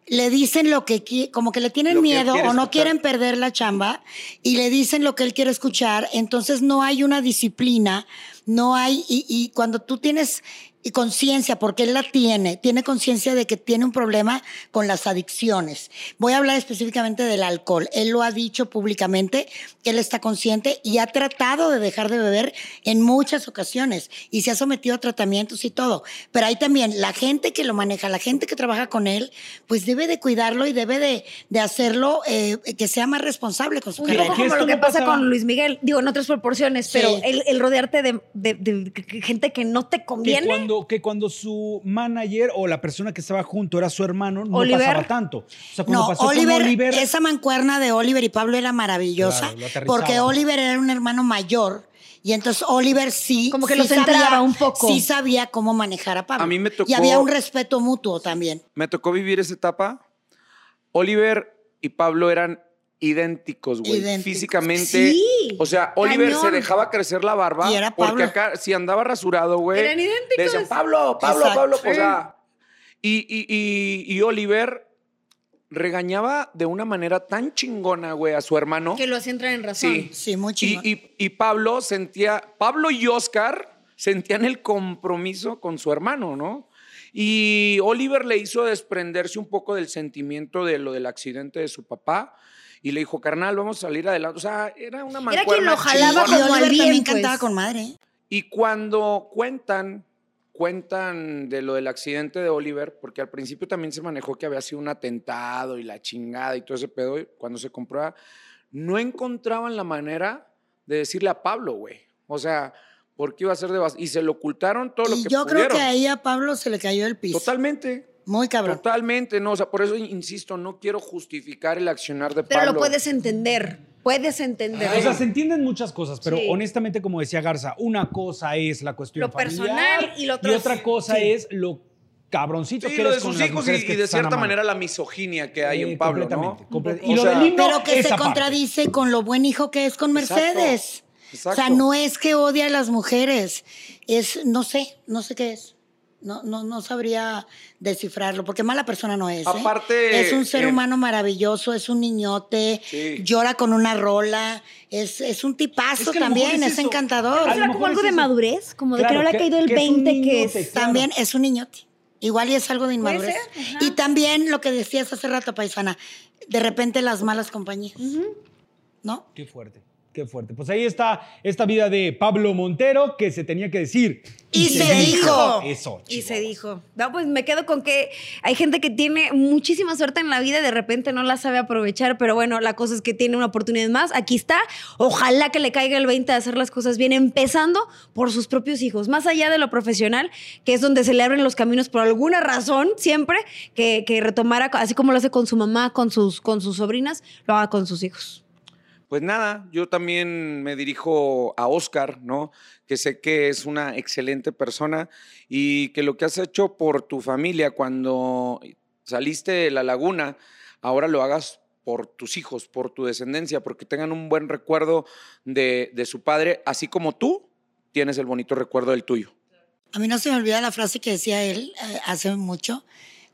S4: le dicen lo que qui- como que le tienen
S3: Lo que él
S4: miedo o
S3: quiere
S4: no
S3: escuchar.
S4: quieren perder la chamba y le dicen lo que él quiere escuchar, entonces no hay una disciplina, no hay, y, y cuando tú tienes y conciencia, porque él la tiene, tiene conciencia de que tiene un problema con las adicciones. Voy a hablar específicamente del alcohol. Él lo ha dicho públicamente, que él está consciente y ha tratado de dejar de beber en muchas ocasiones y se ha sometido a tratamientos y todo. Pero ahí también la gente que lo maneja, la gente que trabaja con él, pues debe de cuidarlo y debe de, de hacerlo eh, que sea más responsable con su
S2: Un
S4: carrera.
S2: poco
S1: aquí es
S2: como lo que
S1: como
S2: pasa
S1: pasa-
S2: con Luis Miguel, digo, en otras proporciones, pero
S4: Sí.
S2: el, el rodearte de, de- de- de gente que no te
S1: Que
S2: conviene.
S1: cuando, que cuando su manager o la persona que estaba junto era su hermano, no
S2: Oliver.
S1: pasaba tanto. O sea, cuando
S4: No,
S1: pasó con
S4: Oliver,
S1: Oliver
S4: esa mancuerna de Oliver y Pablo era maravillosa,
S1: Claro, lo aterrizaba.
S4: porque Oliver era un hermano mayor y entonces Oliver sí,
S2: Como que
S4: sí
S2: los entraba un poco.
S4: sí sabía cómo manejar a Pablo.
S3: A mí me tocó-
S4: y había un respeto mutuo también.
S3: Me tocó vivir esa etapa. Oliver y Pablo eran idénticos, güey.
S4: Idénticos.
S3: Físicamente.
S2: Sí.
S3: O sea, Oliver
S2: Cañón.
S3: se dejaba crecer la barba.
S4: Y era
S3: Porque
S4: Pablo.
S3: acá, si andaba rasurado, güey.
S2: Eran idénticos.
S3: le decían, Pablo, Pablo,
S4: Exacto.
S3: Pablo. pues, O
S4: Sí.
S3: sea, y, y- y- y Oliver regañaba de una manera tan chingona, güey, a su hermano.
S2: lo hacía entrar en
S3: Sí.
S4: Sí, muy
S3: Y,
S4: chingón.
S3: y- y Pablo sentía, Pablo y Oscar sentían el compromiso con su hermano, ¿no? Y Oliver le hizo desprenderse un poco del sentimiento de lo del accidente de su papá y le dijo, carnal, vamos a salir adelante. O sea, era una mancuerna
S2: quien lo jalaba
S3: chingona.
S4: y
S2: como al
S4: Oliver
S2: bien,
S4: también cantaba
S2: pues.
S4: con madre. ¿eh?
S3: Y cuando cuentan, cuentan de lo del accidente de Oliver, porque al principio también se manejó que había sido un atentado y la chingada y todo ese pedo, y cuando se comprueba, no encontraban la manera de decirle a Pablo, güey. O sea, porque iba a ser de base. Y se lo ocultaron todo lo
S4: Y
S3: que
S4: yo
S3: pudieron.
S4: creo que ahí a Pablo se le cayó el piso.
S3: Totalmente.
S4: Muy cabrón.
S3: Totalmente, no, o sea, por eso insisto, no quiero justificar el accionar de
S2: Pero
S3: Pablo.
S2: lo puedes entender. Puedes entender.
S1: O sea, se entienden muchas cosas, pero
S2: Sí.
S1: honestamente, como decía Garza, una cosa es la cuestión
S2: Lo
S1: familiar,
S2: personal y lo otro es-
S1: otra cosa
S2: sí.
S1: es lo cabroncito
S3: Sí,
S1: que
S3: lo de
S1: eres con
S3: sus
S1: las
S3: hijos y,
S1: mujeres que
S3: y
S1: te
S3: de
S1: están
S3: cierta
S1: amando.
S3: manera la misoginia que hay
S1: Eh,
S3: en Pablo,
S1: completamente,
S3: ¿no?
S1: comple-
S3: O
S1: y lo
S3: sea,
S1: del himno,
S4: Pero que se
S1: esa parte.
S4: contradice con lo buen hijo que es con
S3: Exacto,
S4: Mercedes. O sea,
S3: exacto.
S4: no es que odie a las mujeres, es, no sé, no sé qué es. No, no, no sabría descifrarlo, porque mala persona no es. ¿eh?
S3: Aparte,
S4: Es un ser
S3: eh,
S4: humano maravilloso, es un niñote,
S3: Sí.
S4: llora con una rola, es, es un tipazo
S1: Es que a lo mejor
S4: también,
S1: es
S4: es,
S1: eso.
S4: encantador.
S1: A lo
S2: ¿Será
S1: mejor
S2: como algo
S1: es
S2: de
S1: eso.
S2: madurez? Como de que
S1: Claro,
S2: no le ha
S1: que-
S2: caído el
S1: que es un
S2: 20 que
S1: niñote,
S2: es.
S1: claro.
S4: También es un niñote. Igual y es algo de
S2: Puede ser,
S4: inmadurez.
S2: ajá.
S4: Y también lo que decías hace rato, paisana, de repente las malas compañías. ¿No?
S1: Qué fuerte, qué fuerte. Pues ahí está esta vida de Pablo Montero que se tenía que decir.
S4: Y se dijo.
S1: Eso.
S2: Y se
S1: chihuahua.
S2: dijo. No, pues me quedo con que hay gente que tiene muchísima suerte en la vida y de repente no la sabe aprovechar, pero bueno, la cosa es que tiene una oportunidad más. Aquí está. Ojalá que le caiga el 20 de hacer las cosas bien, empezando por sus propios hijos, más allá de lo profesional, que es donde se le abren los caminos por alguna razón, siempre, que, que retomara, así como lo hace con su mamá, con sus, con sus sobrinas, lo haga con sus hijos.
S3: Pues nada, yo también me dirijo a Oscar, ¿no? Que sé que es una excelente persona y que lo que has hecho por tu familia cuando saliste de la laguna, ahora lo hagas por tus hijos, por tu descendencia, porque tengan un buen recuerdo de, de su padre, así como tú tienes el bonito recuerdo del tuyo.
S4: A mí no se me olvida la frase que decía él eh, hace mucho.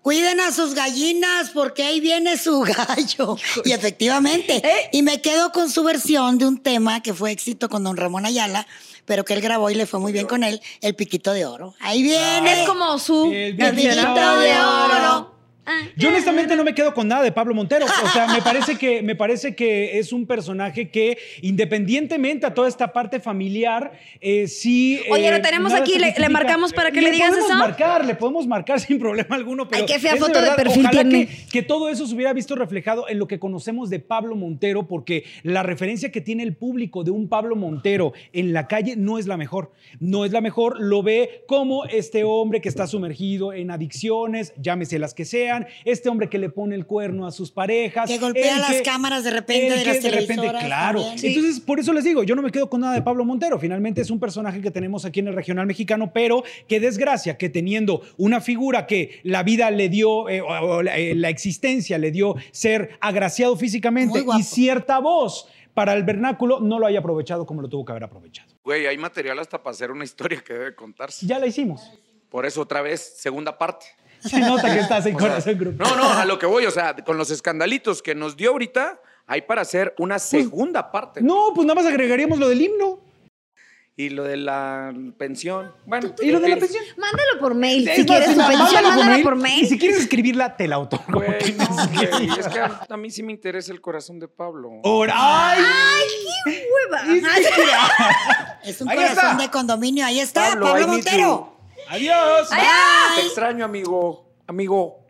S4: Cuiden a sus gallinas porque ahí viene su gallo. Y efectivamente. Y me quedo con su versión de un tema que fue éxito con don Ramón Ayala, pero que él grabó y le fue muy bien con él, El Piquito de Oro. Ahí viene.
S2: Es como su
S1: El
S4: piquito de oro.
S2: Ah,
S1: Yo honestamente no me quedo con nada de Pablo Montero. O sea, me parece que, me parece que es un personaje que, independientemente a toda esta parte familiar, eh, sí.
S2: Oye,
S1: eh,
S2: lo tenemos
S1: nada
S2: aquí,
S1: se
S2: le- le
S1: justifica.
S2: marcamos para que le digas
S1: podemos
S2: eso.
S1: marcar, le podemos marcar sin problema alguno. Pero
S2: Ay, qué fea
S1: es
S2: foto de
S1: verdad,
S2: perfil
S1: ojalá
S2: tiene.
S1: Que, que todo eso se hubiera visto reflejado en lo que conocemos de Pablo Montero, porque la referencia que tiene el público de un Pablo Montero en la calle no es la mejor. No es la mejor, lo ve como este hombre que está sumergido en adicciones, llámese las que sean, este hombre que le pone el cuerno a sus parejas.
S4: Que golpea
S1: el
S4: las cámaras de repente
S1: el
S4: de las
S1: que
S4: televisoras
S1: Claro.
S4: también.
S2: Sí.
S1: Entonces, por eso les digo, yo no me quedo con nada de Pablo Montero. Finalmente es un personaje que tenemos aquí en el regional mexicano, pero qué desgracia que teniendo una figura que la vida le dio, eh, o- o la, eh, la existencia le dio ser agraciado
S4: Muy
S1: físicamente
S4: guapo.
S1: y cierta voz para el vernáculo, no lo haya aprovechado como lo tuvo que haber aprovechado.
S3: Güey, hay material hasta para hacer una historia que debe contarse.
S1: Ya la hicimos.
S3: Por eso otra vez, segunda parte.
S1: Se nota que estás en
S3: O sea,
S1: corazón grupo.
S3: No, no, a lo que voy, o sea, con los escandalitos que nos dio ahorita, hay para hacer una segunda parte.
S1: Pues, No, pues nada más agregaríamos lo del himno.
S3: Y lo de la pensión. Bueno,
S1: ¿Y lo de la
S3: eh,
S1: pensión?
S2: Mándalo por mail.
S1: Es
S2: Si
S1: más,
S2: quieres tu
S1: mándalo
S2: pensión,
S1: por
S2: mándala
S1: mail,
S2: por mail.
S1: Y si quieres escribirla, te la otorgo.
S3: güey, no, güey, es que a, a mí sí me interesa el corazón de Pablo.
S1: Ahora- ¡Ay!
S2: ¡Ay, qué hueva!
S4: Es un
S3: Ahí
S4: corazón
S3: está.
S4: de condominio. Ahí está,
S3: Pablo,
S4: Pablo,
S3: I need
S4: Montero.
S3: you.
S1: ¡Adiós!
S3: Te extraño, amigo. Amigo.